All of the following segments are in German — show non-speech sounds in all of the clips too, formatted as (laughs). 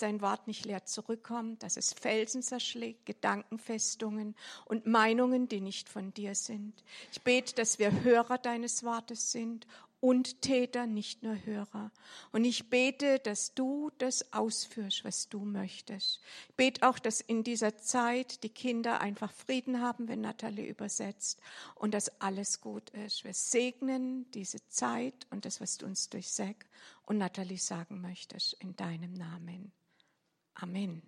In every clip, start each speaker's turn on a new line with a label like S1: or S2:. S1: sein Wort nicht leer zurückkommt, dass es Felsen zerschlägt, Gedankenfestungen und Meinungen, die nicht von dir sind. Ich bete, dass wir Hörer deines Wortes sind und Täter, nicht nur Hörer. Und ich bete, dass du das ausführst, was du möchtest. Ich bete auch, dass in dieser Zeit die Kinder einfach Frieden haben, wenn Natalie übersetzt und dass alles gut ist. Wir segnen diese Zeit und das, was du uns durch Zack und Natalie sagen möchtest, in deinem Namen. Amen.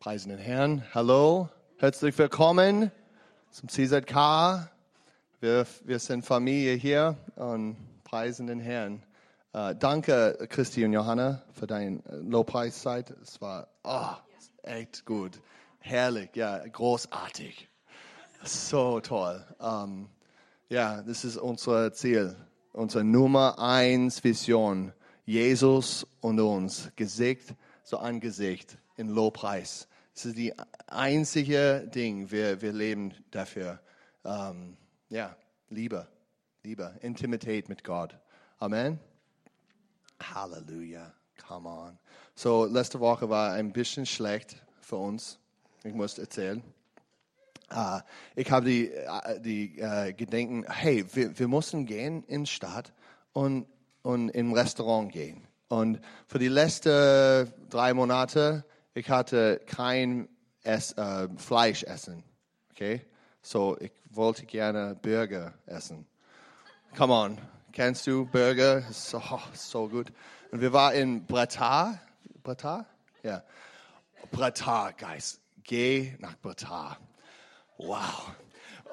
S2: Preisen den Herrn. Hallo, herzlich willkommen zum CZK. Wir, wir sind Familie hier und preisen den Herrn. Äh, danke, Christi und Johanna, für deine Lobpreiszeit. Es war ah, echt gut. Herrlich, ja, großartig. So toll. Ähm, ja, das ist unser Ziel, unsere Nummer eins Vision. Jesus und uns, Gesicht zu Angesicht in Lobpreis. Das ist die einzige Ding, wir, wir leben dafür. Ähm, ja, Liebe, Liebe, Intimität mit Gott. Amen. Halleluja. Come on. So, letzte Woche war ein bisschen schlecht für uns. Ich muss erzählen. Ah, ich habe die, äh, die äh, Gedenken, hey, wir, wir müssen gehen in die Stadt und, und im Restaurant gehen. Und für die letzten drei Monate, ich hatte kein Ess, äh, Fleisch essen. Okay? So, ich wollte gerne Burger essen. Come on. Kennst du Burger? So, oh, so gut. Und wir waren in Bretagne. Bretagne? Ja. Bretagne, Guys. Geh nach Bretagne. Wow.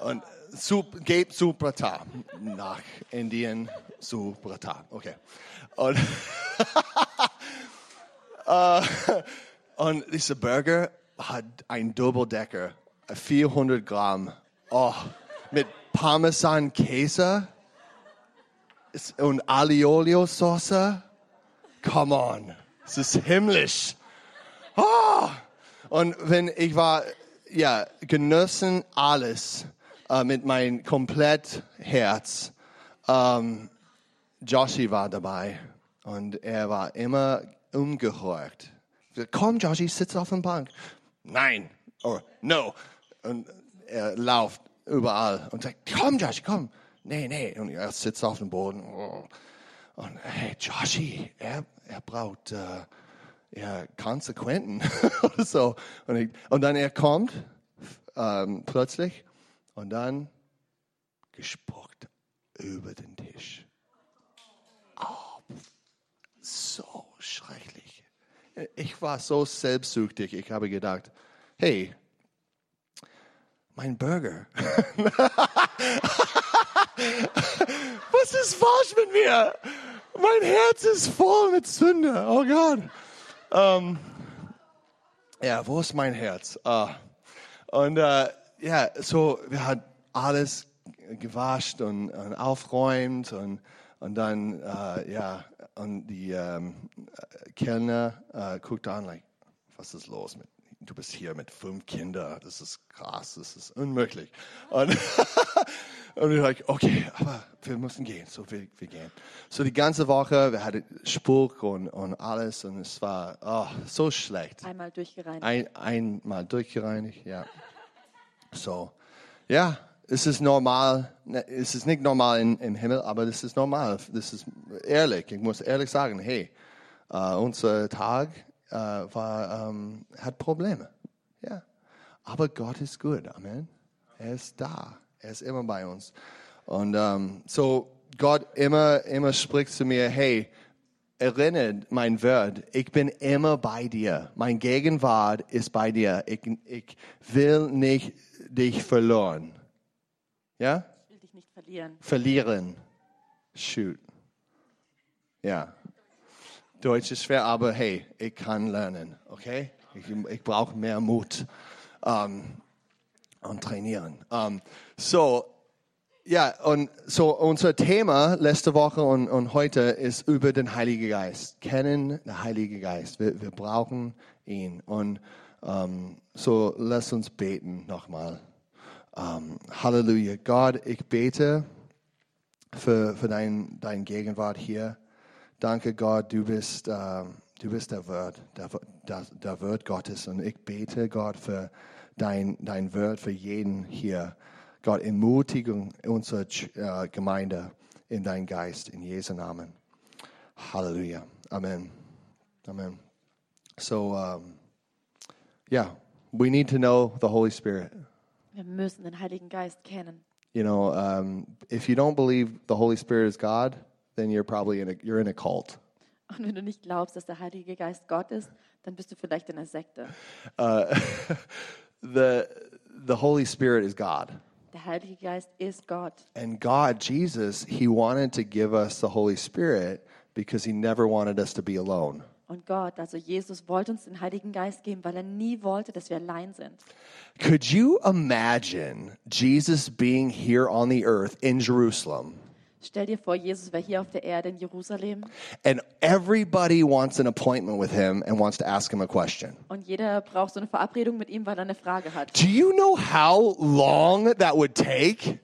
S2: Und zu, geht zu Bretagne. Nach Indien zu Bretagne. Okay. Und (laughs) äh, Und dieser Burger hat ein Doppeldecker, 400 Gramm, oh, mit Parmesan-Käse ist- und Aliolio-Sauce. Come on, es ist himmlisch. Oh. Und wenn ich war, ja, genossen alles äh, mit meinem komplett Herz. Ähm, Joshi war dabei und er war immer umgehorcht. Komm, Joshi, sitz auf dem Bank. Nein, oder no. Und er lauft überall und sagt, komm, Joshi, komm. Nee, nee. Und er sitzt auf dem Boden. Und hey, Joshi, er, er braucht äh, ja, Konsequenzen. (laughs) oder so. Und, ich, und dann er kommt ähm, plötzlich und dann gespuckt über den Tisch. Oh, so schrecklich. Ich war so selbstsüchtig. Ich habe gedacht, hey, mein Burger. (laughs) Was ist falsch mit mir? Mein Herz ist voll mit Sünde. Oh Gott. Ähm, ja, wo ist mein Herz? Ah. Und äh, ja, so, wir haben alles gewascht und, und aufräumt und, und dann, äh, ja, und die ähm, äh, Kellner äh, guckte an, like, was ist los mit, du bist hier mit fünf Kindern, das ist krass, das ist unmöglich. Und, (laughs) und ich like, okay, aber wir müssen gehen, so wir, wir gehen. So die ganze Woche, wir hatten Spuck und, und alles und es war oh, so schlecht.
S3: Einmal durchgereinigt.
S2: Ein, einmal durchgereinigt, ja. So, ja, es ist normal, ne, es ist nicht normal in, im Himmel, aber das ist normal, das ist ehrlich, ich muss ehrlich sagen, hey, äh, unser Tag äh, war, ähm, hat Probleme, ja. Aber Gott ist gut, Amen. Er ist da, er ist immer bei uns. Und ähm, so, Gott immer, immer spricht zu mir, hey, erinnert mein Wort, ich bin immer bei dir. Mein Gegenwart ist bei dir. Ich, ich will nicht dich verloren. Ja?
S3: Ich will dich nicht verlieren.
S2: Verlieren. Shoot. Ja. Deutsch ist schwer, aber hey, ich kann lernen, okay? Ich, ich brauche mehr Mut ähm, und trainieren. Ähm, so, ja, und so unser Thema letzte Woche und, und heute ist über den Heiligen Geist. Kennen den Heiligen Geist. Wir, wir brauchen ihn. Und ähm, so lass uns beten nochmal. Halleluja. Gott, ich bete für, für dein, dein Gegenwart hier. Danke, Gott, du bist, ähm, du bist der Wort, der, Wo- der, der Wort Gottes. Und ich bete, Gott, für dein, dein Wort, für jeden hier. Gott, ermutige unsere Ch- äh, Gemeinde in deinen Geist, in Jesu Namen. Halleluja. Amen. Amen. So, um, yeah, we need to know the Holy Spirit.
S3: Wir müssen den Heiligen Geist kennen.
S2: you know, um, if you don't believe the Holy Spirit is God, then you're probably in a, you're in a cult.
S3: Und wenn du nicht glaubst, dass der Heilige Geist Gott ist, dann bist du vielleicht in einer Sekte.
S2: The the Holy Spirit is God.
S3: Der Heilige Geist ist Gott.
S2: And God, Jesus, he wanted to give us the Holy Spirit because he never wanted us to be alone.
S3: Und Gott, also Jesus, wollte uns den Heiligen Geist geben, weil er nie wollte, dass wir allein sind.
S2: Could you imagine Jesus being here on the earth in Jerusalem
S3: Stell dir vor, Jesus wäre hier auf der Erde in Jerusalem
S2: and everybody wants an appointment with him and wants to ask him a question?
S3: und jeder braucht so eine Verabredung mit ihm, weil er eine Frage hat.
S2: Do you know how long that would take?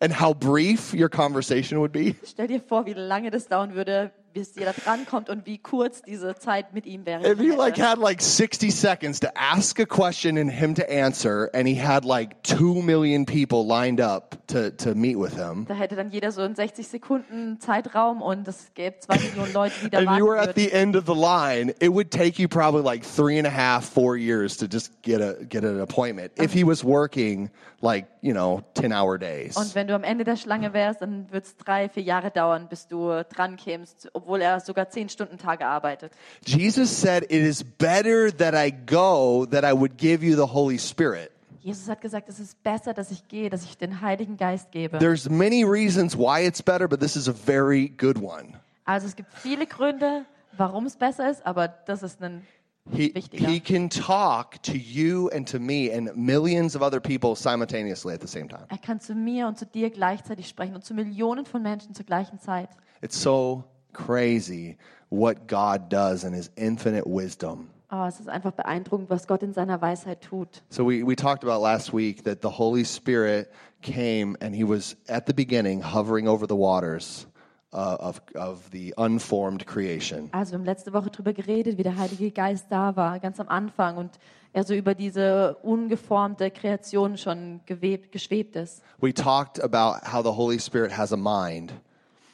S2: And how brief your conversation would be?
S3: Stell dir vor, wie lange das dauern würde, bis jeder drankommt und wie kurz diese Zeit mit ihm wäre.
S2: If you like had like 60 seconds to ask a question and him to answer, and he had like 2 million people lined up to, to meet with him,
S3: da hätte dann jeder so einen 60 Sekunden Zeitraum und es gäbe zwei Millionen Leute, die da
S2: and
S3: warten
S2: you were at
S3: würden.
S2: the end of the line, it would take you probably like three and a half, four years to just get a get an appointment if he was working like, you know, 10 hour days.
S3: Und wenn du am Ende der Schlange wärst, dann würde es drei, vier Jahre dauern, bis du dran kämst, obwohl er sogar zehn Stunden Tage arbeitet.
S2: Jesus said, It is better that I go that I would give you the Holy Spirit.
S3: Jesus hat gesagt, es ist besser, dass ich gehe, dass ich den Heiligen Geist gebe.
S2: There's many reasons why it's better, but this is a very good one.
S3: Also es gibt viele Gründe, warum es besser ist, aber das ist ein
S2: He,
S3: Wichtiger.
S2: he can talk to you and to me and millions of other people simultaneously at the same time.
S3: er kann zu mir und zu dir gleichzeitig sprechen und zu Millionen von Menschen zur gleichen Zeit.
S2: It's so crazy what God does in his infinite wisdom.
S3: Oh, es ist einfach beeindruckend, was Gott in seiner Weisheit tut.
S2: So we, we talked about last week that the Holy Spirit came and he was at the beginning hovering over the waters uh, of, of the unformed creation.
S3: Also wir haben letzte Woche darüber geredet, wie der Heilige Geist da war, ganz am Anfang und er so über diese ungeformte Kreation schon gewebt, geschwebt ist.
S2: We talked about how the Holy Spirit has a mind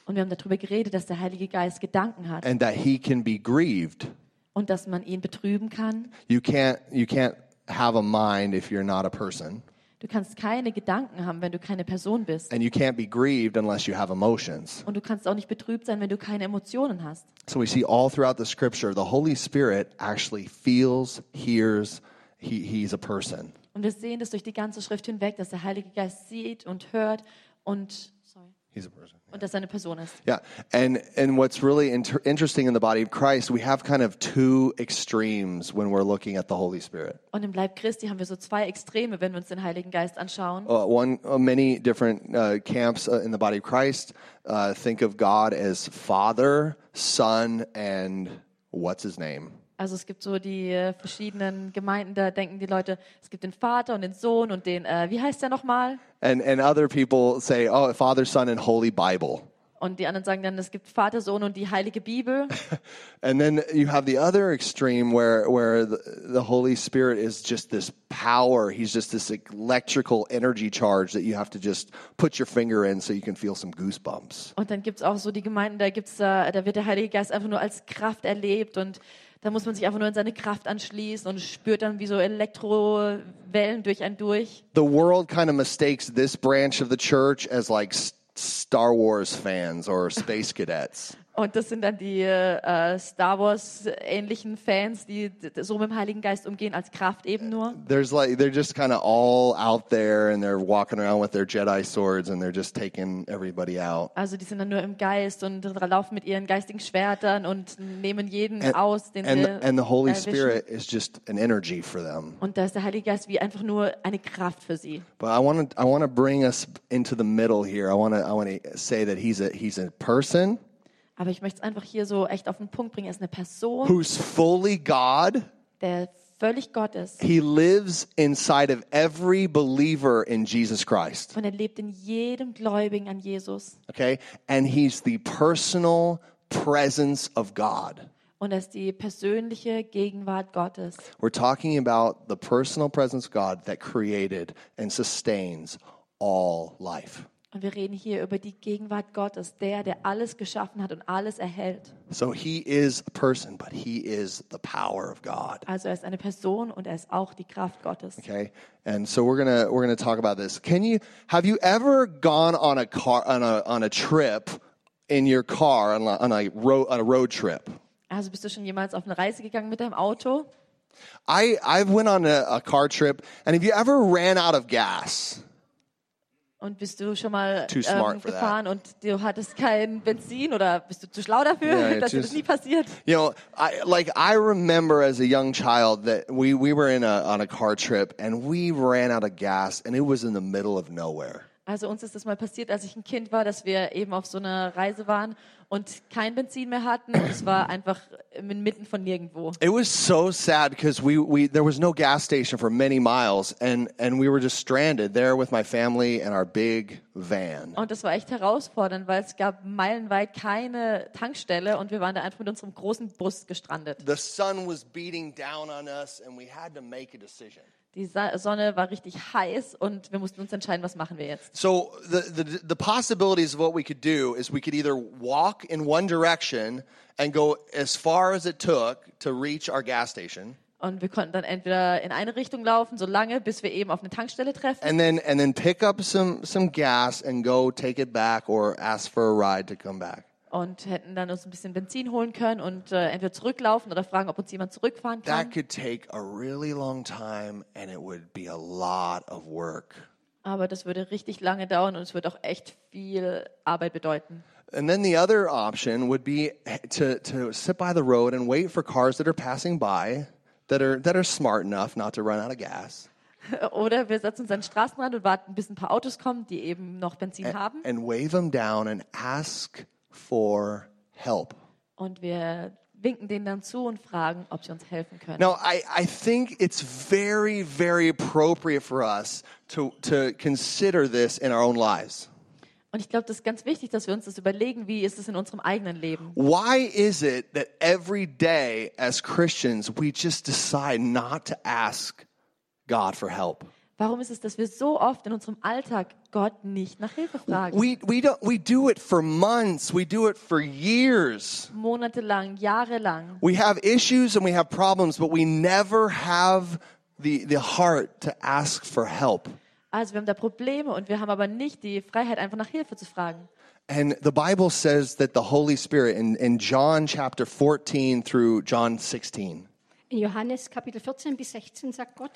S3: Und wir haben darüber geredet, dass der Heilige Geist Gedanken hat
S2: and that he can be grieved.
S3: und dass man ihn betrüben kann.
S2: You can't, you can't have a mind if you're not a person.
S3: Du kannst keine Gedanken haben, wenn du keine Person bist.
S2: And you can't be grieved unless you have emotions.
S3: Und du kannst auch nicht betrübt sein, wenn du keine Emotionen hast.
S2: So we see all throughout the scripture, the Holy Spirit actually feels, hears, he, he's a person.
S3: Und wir sehen das durch die ganze Schrift hinweg, dass der Heilige Geist sieht und hört und,
S2: He's a person.
S3: und dass er eine Person ist.
S2: Yeah. And, and what's really inter- interesting in the body of Christ, we have kind of two extremes when we're looking at the Holy Spirit.
S3: Und im Leib Christi haben wir so zwei Extreme, wenn wir uns den Heiligen Geist anschauen.
S2: Uh, one, uh, many different uh, camps uh, in the body of Christ uh, think of God as Father, Son, and what's his name?
S3: Also es gibt so die äh, verschiedenen Gemeinden, da denken die Leute, es gibt den Vater und den Sohn und den, äh, wie heißt der nochmal?
S2: And, and other people say, oh, Father, Son, and Holy Bible.
S3: Und die anderen sagen dann, es gibt Vater, Sohn und die Heilige Bibel.
S2: And then you have the other extreme where where the, the Holy Spirit is just this power. He's just this electrical energy charge that you have to just put your finger in so you can feel some goosebumps.
S3: Und dann gibt es auch so die Gemeinden, da gibt's da, da wird der Heilige Geist einfach nur als Kraft erlebt und da muss man sich einfach nur in seine Kraft anschließen und spürt dann wie so Elektrowellen durch einen durch.
S2: The world kind of mistakes this branch of the church as like S- Star Wars fans or space cadets.
S3: Und das sind dann die äh, Star Wars ähnlichen Fans, die d- d- so mit dem Heiligen Geist umgehen als Kraft eben nur.
S2: There's like they're just kind of all out there and they're walking around with their Jedi swords and they're just taking everybody out.
S3: Also die sind dann nur im Geist und dra- laufen mit ihren geistigen Schwertern und nehmen jeden
S2: And,
S3: aus, den
S2: and,
S3: sie
S2: and the Holy
S3: erwischen.
S2: Spirit is just an energy for them.
S3: Und da ist der Heilige Geist wie einfach nur eine Kraft für sie.
S2: But I want to I want to bring us into the middle here. I want to I want to say that he's a he's a person
S3: Aber ich möchte es einfach hier so echt auf den Punkt bringen. Er ist eine Person,
S2: who's fully God
S3: der völlig Gott ist.
S2: He lives inside of every believer in Jesus Christ.
S3: Und er lebt in jedem Gläubigen an Jesus.
S2: Okay? And he's the personal presence of God.
S3: Und er ist die persönliche Gegenwart Gottes.
S2: We're talking about the personal presence of God that created and sustains all life.
S3: Und wir reden hier über die Gegenwart Gottes, der, der alles geschaffen hat und alles erhält.
S2: So he is a person, but he is the power of God.
S3: Also er ist eine Person und er ist auch die Kraft Gottes.
S2: Okay? And so we're gonna we're gonna talk about this. Can you have you ever gone on a car on a on a trip in your car on a, on a road on a road trip?
S3: Also bist du schon jemals auf eine Reise gegangen mit deinem Auto?
S2: I I've went on a, a car trip, and have you ever ran out of gas?
S3: Und bist du schon mal ähm,
S2: Too smart for that.
S3: gefahren und du hattest kein Benzin oder bist du zu schlau dafür,
S2: Yeah, yeah,
S3: dass dir
S2: too
S3: das
S2: s-
S3: nie passiert?
S2: You know, I like I remember as a young child that we we were in a on a car trip and we ran out of gas and it was in the middle of nowhere.
S3: Also uns ist das mal passiert, als ich ein Kind war, dass wir eben auf so einer Reise waren und kein Benzin mehr hatten. Und es war einfach inmitten von nirgendwo.
S2: It was so sad because we, we there was no gas station for many miles and and we were just stranded there with my family and our big van.
S3: Und das war echt herausfordernd, weil es gab meilenweit keine Tankstelle und wir waren da einfach mit unserem großen Bus gestrandet.
S2: The sun was beating down on us and we had to make a decision.
S3: Die Sa Sonne war richtig heiß und wir mussten uns entscheiden, was machen wir jetzt.
S2: So the, the the possibilities of what we could do is we could either walk in one direction and go as far as it took to reach our gas station
S3: Und wir konnten dann entweder in eine Richtung laufen, so lange, bis wir eben auf eine Tankstelle treffen.
S2: and then and then pick up some some gas and go take it back or ask for a ride to come back.
S3: und hätten dann uns ein bisschen Benzin holen können und äh, entweder zurücklaufen oder fragen, ob uns jemand zurückfahren
S2: That
S3: kann.
S2: could take a really long time and it would be a lot of work.
S3: Aber das würde richtig lange dauern und es würde auch echt viel Arbeit bedeuten. (laughs)
S2: And then the other option would be to, to sit by the road and wait for cars that are passing by that are, that are smart enough not to run out of gas
S3: Oder wir setzen uns an den Straßenrand und warten, bis ein paar Autos kommen, die eben noch Benzin haben.
S2: and wave them down and ask for help.
S3: Und wir winken denen dann zu und fragen, ob sie uns helfen können.
S2: Now, I, I think it's very, very appropriate for us to, to consider this in our own lives.
S3: Und ich glaube, das ist ganz wichtig, dass wir uns das überlegen, wie ist es in unserem eigenen Leben?
S2: Why is it that every day as Christians we just decide not to ask God for help?
S3: Warum ist es, dass wir so oft in unserem Alltag Gott nicht nach Hilfe fragen?
S2: We we don't we do it for months, we do it for years.
S3: Monatelang, jahrelang.
S2: We have issues and we have problems, but we never have the the heart to ask for help.
S3: Also wir haben da Probleme und wir haben aber nicht die Freiheit, einfach nach Hilfe zu fragen.
S2: And the Bible says that the Holy Spirit in, in John chapter 14 through John 16,
S4: In Johannes Kapitel 14 bis 16 sagt Gott,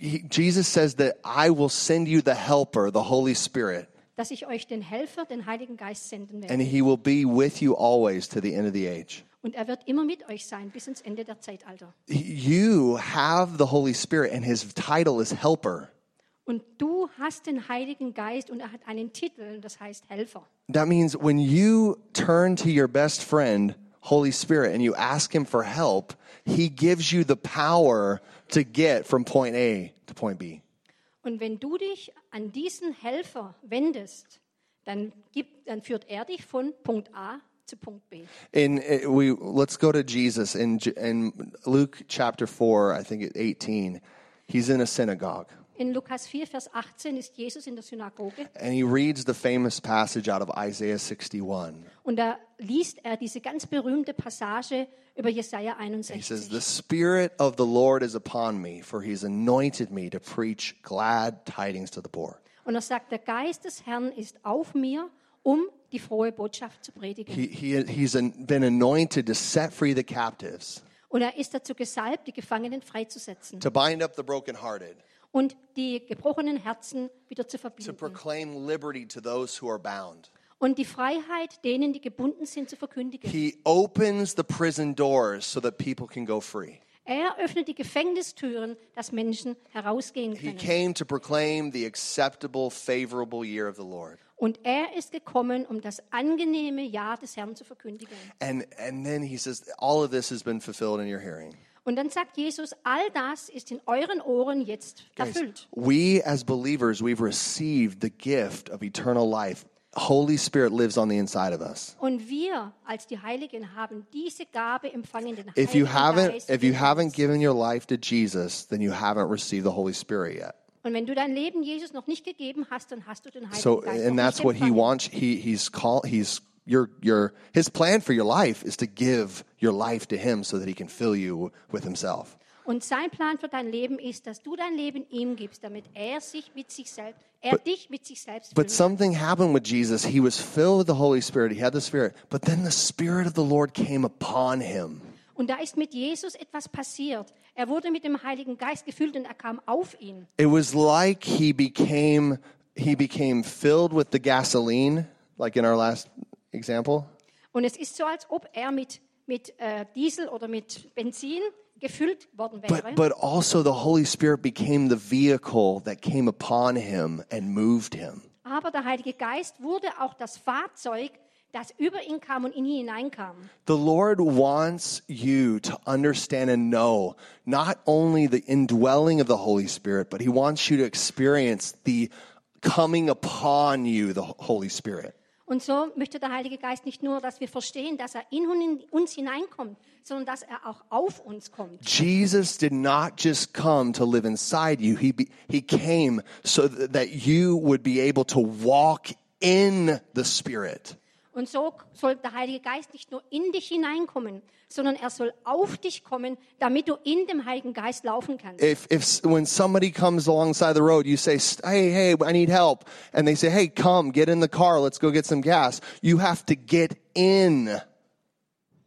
S2: he- Jesus says that I will send you the helper, the Holy Spirit.
S4: dass ich euch den Helfer, den Heiligen Geist senden werde.
S2: and he will be with you always to the end of the age.
S4: Und er wird immer mit euch sein bis ins Ende der Zeitalter.
S2: You have the Holy Spirit, and his title is Helper.
S4: Und du hast den Heiligen Geist und er hat einen Titel und das heißt Helfer.
S2: That means when you turn to your best friend, Holy Spirit, and you ask him for help, he gives you the power to get from point A to point B.
S4: Und wenn du dich an diesen Helfer wendest, dann, gibt, dann führt er dich von Punkt A zu Punkt B.
S2: In eh, we let's go to Jesus in J- in Luke chapter 4, I think it 18. He's in a synagogue
S4: In Lukas 4, Vers 18 ist Jesus in der Synagoge
S2: and he reads the famous passage out of Isaiah 61.
S4: und da liest er diese ganz berühmte Passage über Jesaja
S2: He says,
S4: 61.
S2: The Spirit of the Lord is upon me, for he's anointed me to preach glad tidings to the poor.
S4: Und er sagt, der Geist des Herrn ist auf mir, um die frohe Botschaft zu predigen.
S2: He, he, he's an- been anointed to set free the captives,
S4: Und er ist dazu gesalbt, die Gefangenen freizusetzen
S2: to bind up the brokenhearted,
S4: und die gebrochenen Herzen wieder zu
S2: to
S4: verbinden.
S2: proclaim liberty to those who are bound.
S4: Und die Freiheit denen, die gebunden sind, zu verkündigen.
S2: He opens the prison doors so that people can go free.
S4: Er öffnet die Gefängnistüren, dass Menschen herausgehen
S2: He
S4: können.
S2: came to proclaim the acceptable, favorable year of the Lord.
S4: Und er ist gekommen, um das angenehme Jahr des Herrn zu verkündigen.
S2: And, and then he says, All of this has been fulfilled in your hearing.
S4: Und dann sagt Jesus, all das ist in euren Ohren jetzt
S2: Guys,
S4: erfüllt.
S2: we as believers, we've received the gift of eternal life. Holy Spirit lives on the inside of us.
S4: Und wir als die Heiligen haben diese Gabe empfangen, den
S2: If you
S4: Heiligen
S2: haven't
S4: Geist.
S2: if you haven't given your life to Jesus, then you haven't received the Holy Spirit yet.
S4: und wenn du dein Leben Jesus noch nicht gegeben hast, dann hast du den Heiligen
S2: So
S4: Geist
S2: and
S4: noch
S2: that's
S4: nicht
S2: what he
S4: empfangen.
S2: wants. He he's call he's your your his plan for your life is to give your life to him so that he can fill you with himself.
S4: Und sein Plan für dein Leben ist, dass du dein Leben ihm gibst, damit er sich mit sich selbst, er dich mit sich selbst
S2: But
S4: füllt.
S2: something happened with Jesus. He was filled with the Holy Spirit. He had the Spirit. But then the Spirit of the Lord came upon him.
S4: Und da ist mit Jesus etwas passiert. Er wurde mit dem Heiligen Geist gefüllt und er kam auf ihn.
S2: It was like he became he became filled with the gasoline, like in our last example.
S4: Und es ist so, als ob er mit, mit äh, Diesel oder mit Benzin gefüllt worden wäre.
S2: But but also the Holy Spirit became the vehicle that came upon him and moved him.
S4: Aber der Heilige Geist wurde auch das Fahrzeug, das über ihn kam und in ihn hineinkam.
S2: The Lord wants you to understand and know not only the indwelling of the Holy Spirit, but He wants you to experience the coming upon you, the Holy Spirit.
S4: Und so möchte der Heilige Geist nicht nur, dass wir verstehen, dass er in und in uns hineinkommt, sondern dass er auch auf uns kommt.
S2: Jesus did not just come to live inside you, He, be, he came so th- that you would be able to walk in the Spirit.
S4: Und so soll der Heilige Geist nicht nur in dich hineinkommen, sondern er soll auf dich kommen, damit du in dem Heiligen Geist laufen kannst.
S2: If, if s- when somebody comes alongside the road, you say, "S- "Hey, hey, I need help," and they say, "Hey, come, get in the car. Let's go get some gas." You have to get in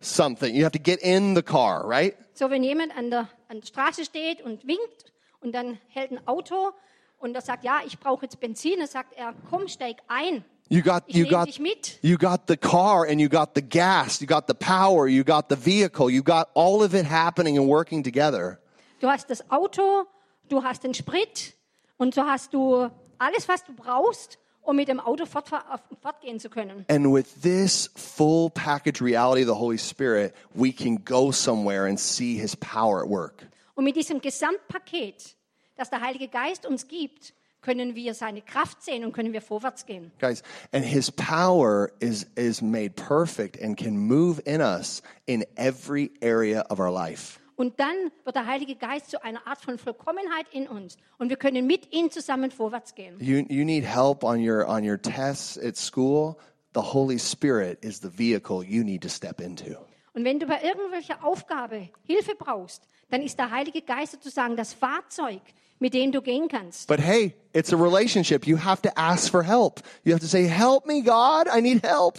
S2: something. You have to get in the car, right?
S4: So, wenn jemand an der, an der Straße steht und winkt und dann hält ein Auto und er sagt, ja, ich brauche jetzt Benzin, dann sagt er, komm, steig ein.
S2: You got,
S4: Ich
S2: you
S4: nehme
S2: got,
S4: dich mit.
S2: you got the car, and you got the gas, you got the power, you got the vehicle, you got all of it happening and working together.
S4: Du hast das Auto, du hast den Sprit und so hast du alles, was du brauchst, um mit dem Auto fortfahr- auf- fortgehen zu können.
S2: And with this full package reality of the Holy Spirit, we can go somewhere and see His power at work.
S4: Und mit diesem Gesamtpaket, das der Heilige Geist uns gibt, können wir seine Kraft sehen und können wir vorwärts gehen.
S2: guys and his power is is made perfect and can move in us in every area of our life
S4: Und dann wird der Heilige Geist zu einer Art von Vollkommenheit in uns und wir können mit ihm zusammen vorwärts gehen.
S2: you you need help on your on your tests at school the holy spirit is the vehicle you need to step into
S4: Und wenn du bei irgendwelcher Aufgabe Hilfe brauchst, dann ist der Heilige Geist sozusagen das Fahrzeug, mit dem du gehen kannst.
S2: but hey it's a relationship you have to ask for help you have to say help me god i need help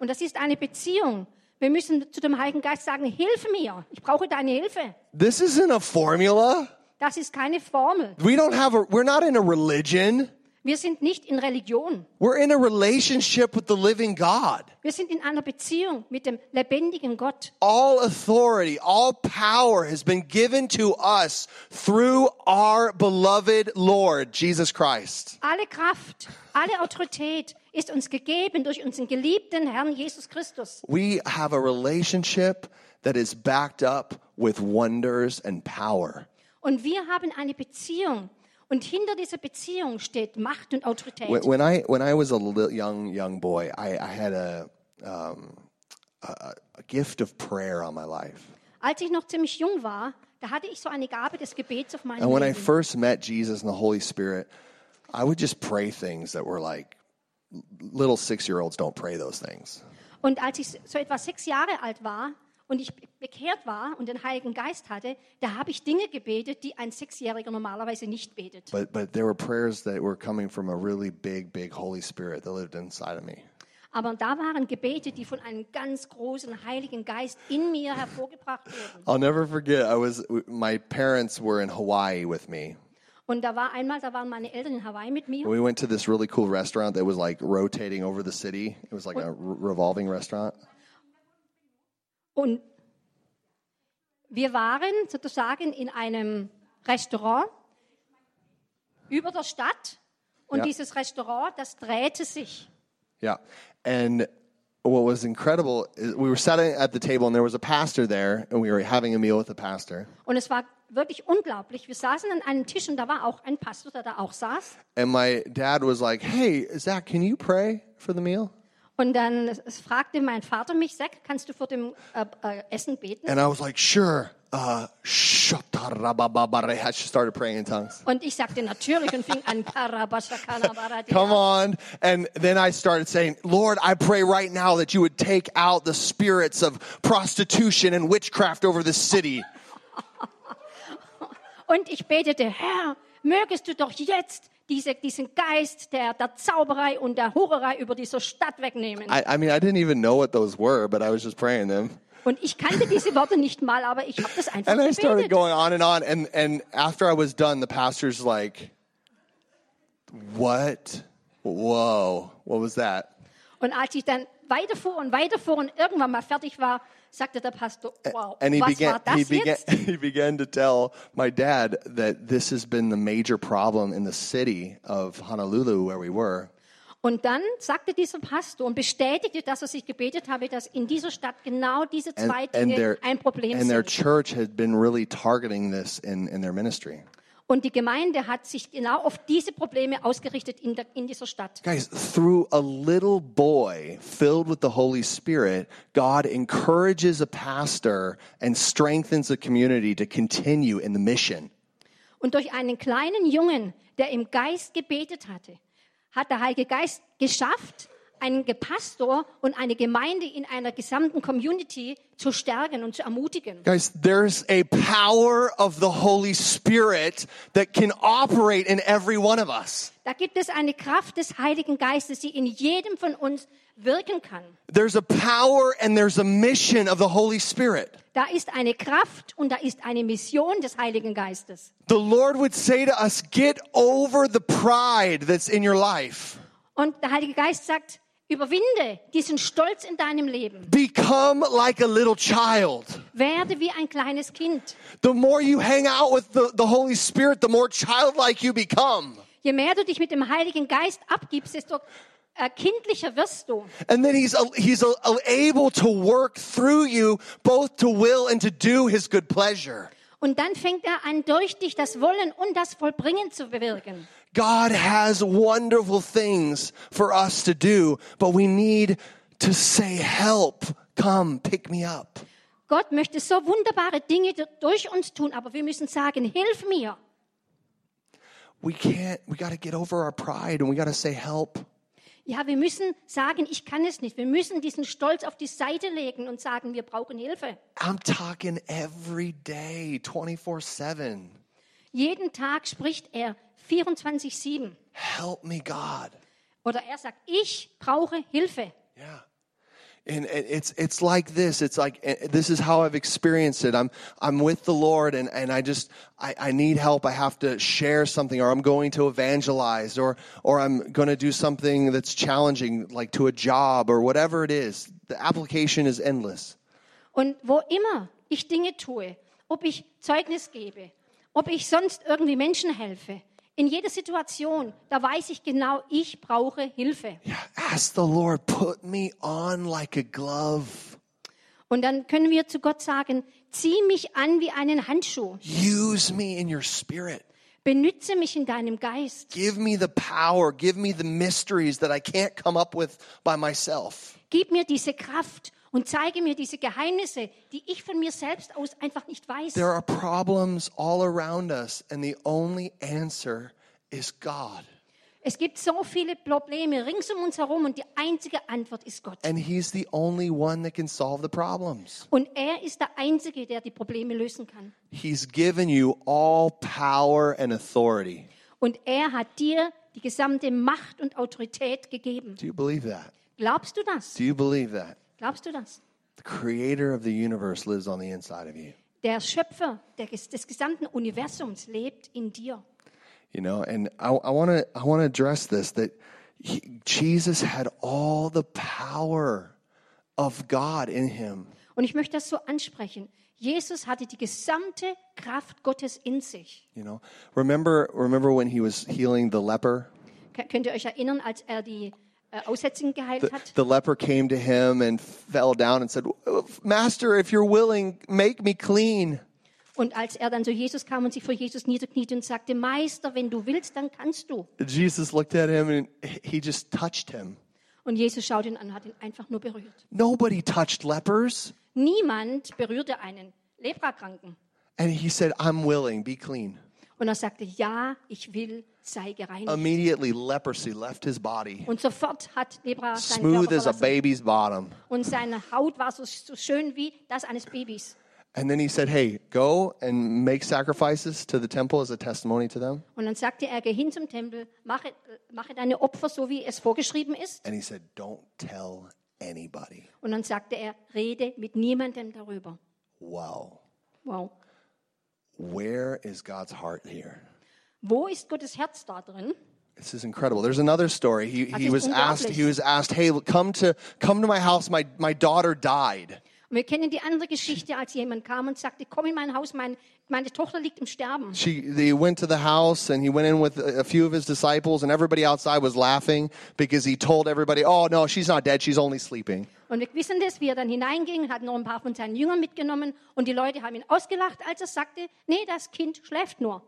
S4: Und das ist eine Beziehung. Wir müssen zu dem Heiligen Geist sagen, hilf mir, ich brauche deine Hilfe.
S2: this isn't a formula
S4: Das ist keine Formel.
S2: we don't have a we're not in a religion
S4: Wir sind nicht in Religion.
S2: we're in a relationship with the living god
S4: Wir sind in einer Beziehung mit dem lebendigen Gott.
S2: all authority, all power has been given to us through our beloved Lord Jesus Christ.
S4: Alle Kraft, alle Autorität ist uns gegeben durch unseren geliebten Herrn Jesus Christus.
S2: We have a relationship that is backed up with wonders and power.
S4: Und wir haben eine Beziehung. Und hinter dieser Beziehung steht Macht und Autorität.
S2: When, when I when I was a li- young young boy, I, I had a, um, a a gift of prayer on my life.
S4: Als ich noch ziemlich jung war, da hatte ich so eine Gabe des Gebets auf meinem
S2: And when I
S4: Leben.
S2: first met Jesus and the Holy Spirit, I would just pray things that were like little six year olds don't pray those things.
S4: Und als ich so etwa sechs Jahre alt war und ich bekehrt war und den Heiligen Geist hatte, da habe ich Dinge gebetet, die ein Sechsjähriger normalerweise nicht betet.
S2: But but there were prayers that were coming from a really big, big Holy Spirit that lived inside of me.
S4: Aber da waren Gebete, die von einem ganz großen Heiligen Geist in mir hervorgebracht wurden.
S2: I'll never forget. I was my parents were in Hawaii with me.
S4: Und da war einmal, da waren meine Eltern in Hawaii mit mir.
S2: We went to this really cool restaurant that was like rotating over the city. It was like a re- revolving restaurant.
S4: Und wir waren sozusagen in einem Restaurant über der Stadt und
S2: Ja.
S4: dieses Restaurant, das drehte sich.
S2: Yeah, and what was incredible is we were sitting at the table and there was a pastor there and we were having a meal with the pastor.
S4: Und es war wirklich unglaublich. Wir saßen an einem Tisch und da war auch ein Pastor, der da auch saß.
S2: And my dad was like, Hey, Zach, can you pray for the meal?
S4: Und dann es fragte mein Vater mich, Zack, kannst du vor dem äh, äh, Essen beten?
S2: And I was like, Sure. Uh, I started praying in tongues.
S4: Und ich sagte natürlich und fing an,
S2: Come
S4: Karabashakanabaradi.
S2: on. And then I started saying, Lord, I pray right now that you would take out the spirits of prostitution and witchcraft over this city.
S4: Und ich betete, Herr, mögest du doch jetzt diese, diesen Geist der, der Zauberei und der Hurerei über diese Stadt wegnehmen.
S2: I, I mean, I didn't even know what those were, but I was just praying them.
S4: Und ich kannte diese Worte nicht mal, aber ich habe das einfach
S2: And I started
S4: gebetet.
S2: going on and on. And, and after I was done, the pastor's like, What? Whoa. What was that?
S4: Und als ich dann weiterfuhr und weiterfuhr und irgendwann mal fertig war, sagte der Pastor, wow,
S2: And he
S4: was
S2: began
S4: war das
S2: he began (laughs)
S4: jetzt?
S2: he began to tell my dad that this has been the major problem in the city of Honolulu where we were.
S4: Und dann sagte dieser Pastor und bestätigte das, was ich gebetet habe, dass in dieser Stadt genau diese
S2: And,
S4: zwei
S2: and
S4: Dinge
S2: their
S4: ein Problem
S2: and their
S4: sind.
S2: church had been really targeting this in, in their ministry.
S4: Und die Gemeinde hat sich genau auf diese Probleme ausgerichtet in, der, in dieser Stadt.
S2: Guys, through a little boy filled with the Holy Spirit, God encourages a pastor and strengthens a community to continue in the mission.
S4: Und durch einen kleinen Jungen, der im Geist gebetet hatte, hat der Heilige Geist geschafft, einen Pastor und eine Gemeinde in einer gesamten Community zu stärken und zu ermutigen.
S2: Guys, there's a power of the Holy Spirit that can operate in every one of us.
S4: Da gibt es eine Kraft des Heiligen Geistes, die in jedem von uns wirken kann.
S2: There's a power and there's a mission of the Holy Spirit.
S4: Da ist eine Kraft und da ist eine Mission des Heiligen Geistes.
S2: The Lord would say to us, get over the pride that's in your life.
S4: Und der Heilige Geist sagt, überwinde diesen Stolz in deinem Leben.
S2: Become like a little child.
S4: Werde wie ein kleines Kind.
S2: The more you hang out with the, the Holy Spirit, the more childlike you become.
S4: Je mehr du dich mit dem Heiligen Geist abgibst, desto äh, kindlicher wirst du.
S2: And then he's, he's able to work through you both to will and to do his good pleasure.
S4: Und dann fängt er an, durch dich das Wollen und das Vollbringen zu bewirken.
S2: God has wonderful things for us to do, but we need to say, Help, come, pick me up.
S4: Gott möchte so wunderbare Dinge durch uns tun, aber wir müssen sagen, hilf mir.
S2: We can't, we got to get over our pride and we got to say, Help.
S4: Ja, wir müssen sagen, ich kann es nicht. Wir müssen diesen Stolz auf die Seite legen und sagen, wir brauchen Hilfe.
S2: I'm talking every day, 24 7.
S4: Jeden Tag spricht er 24-7.
S2: Help me, God.
S4: Oder er sagt, ich brauche Hilfe.
S2: Yeah. And it- it's it's like this. It's like eh, this is how I've experienced it. I'm I'm with the Lord and, and I just I, I need help. I have to share something or I'm going to evangelize or or I'm gonna do something that's challenging, like to a job or whatever it is. The application is endless.
S4: Und wo immer ich Dinge tue, ob ich Zeugnis gebe, ob ich sonst irgendwie Menschen helfe, in jeder Situation, da weiß ich genau, ich brauche Hilfe.
S2: Yeah. Ask the Lord, put me on like a glove.
S4: Und dann können wir zu Gott sagen, zieh mich an wie einen Handschuh,
S2: Use me in your spirit.
S4: benütze mich in deinem Geist.
S2: Give me the power, give me the mysteries that I can't come up with by myself.
S4: Gib mir diese Kraft und zeige mir diese Geheimnisse, die ich von mir selbst aus einfach nicht weiß.
S2: There are problems all around us, and the only answer is God.
S4: Es gibt so viele Probleme rings um uns herum und die einzige Antwort ist Gott.
S2: And He's the only one that can solve the problems.
S4: Und er ist der Einzige, der die Probleme lösen kann.
S2: He's given you all power and authority.
S4: Und er hat dir die gesamte Macht und Autorität gegeben.
S2: Do you believe that?
S4: Glaubst du das?
S2: Do you believe that?
S4: Glaubst du das?
S2: The creator of the universe lives on the inside of you.
S4: Der Schöpfer der, ges- des gesamten Universums lebt in dir.
S2: You know, and I want to I want to address this that he, Jesus had all the power of God in him.
S4: Und ich möchte das so ansprechen. Jesus hatte die gesamte Kraft Gottes in sich.
S2: You know, remember remember when he was healing the leper
S4: K- Könnt ihr euch erinnern, als er die, äh, äh, Aussätzigen geheilt
S2: The,
S4: hat.
S2: the leper came to him and fell down and said, Master, if you're willing, make me clean.
S4: Und als er dann zu Jesus kam und sich vor Jesus niederkniete und sagte, Meister, wenn du willst, dann kannst du.
S2: Jesus looked at him and he just touched him.
S4: Und Jesus schaut ihn an und hat ihn einfach nur berührt.
S2: Nobody touched lepers.
S4: Niemand berührte einen Leprakranken.
S2: And he said, I'm willing, be clean.
S4: Und er sagte, ja, ich will, sei gereinigt.
S2: Immediately, leprosy left his body,
S4: Und sofort hat Lepra seinen
S2: smooth
S4: Körper
S2: as a
S4: verlassen.
S2: baby's bottom.
S4: Und seine Haut war so, so schön wie das eines Babys.
S2: And then he said, Hey, go and make sacrifices to the temple as a testimony to them.
S4: Und dann sagte er, geh hin zum Tempel, mache, äh, mache deine Opfer so, wie es vorgeschrieben ist.
S2: And he said, Don't tell anybody.
S4: Und dann sagte er, rede mit niemandem darüber.
S2: Wow.
S4: Wow.
S2: Where is God's heart here?
S4: Wo ist Gottes Herz da drin?
S2: This is incredible. There's another story. He,
S4: Das
S2: he
S4: ist
S2: was asked.
S4: unglaublich.
S2: He was asked, "Hey, come to come to my house. My my daughter died."
S4: Und wir kennen die andere Geschichte, als jemand kam und sagte, komm in mein Haus, mein, meine Tochter liegt im Sterben.
S2: She they went to the house and he went in with a, a few of his disciples and everybody outside was laughing because he told everybody, "Oh no, she's not dead. She's only sleeping."
S4: Und wir wissen das, wie er dann hineinging und hat noch ein paar von seinen Jüngern mitgenommen und die Leute haben ihn ausgelacht, als er sagte, nee, das Kind schläft nur.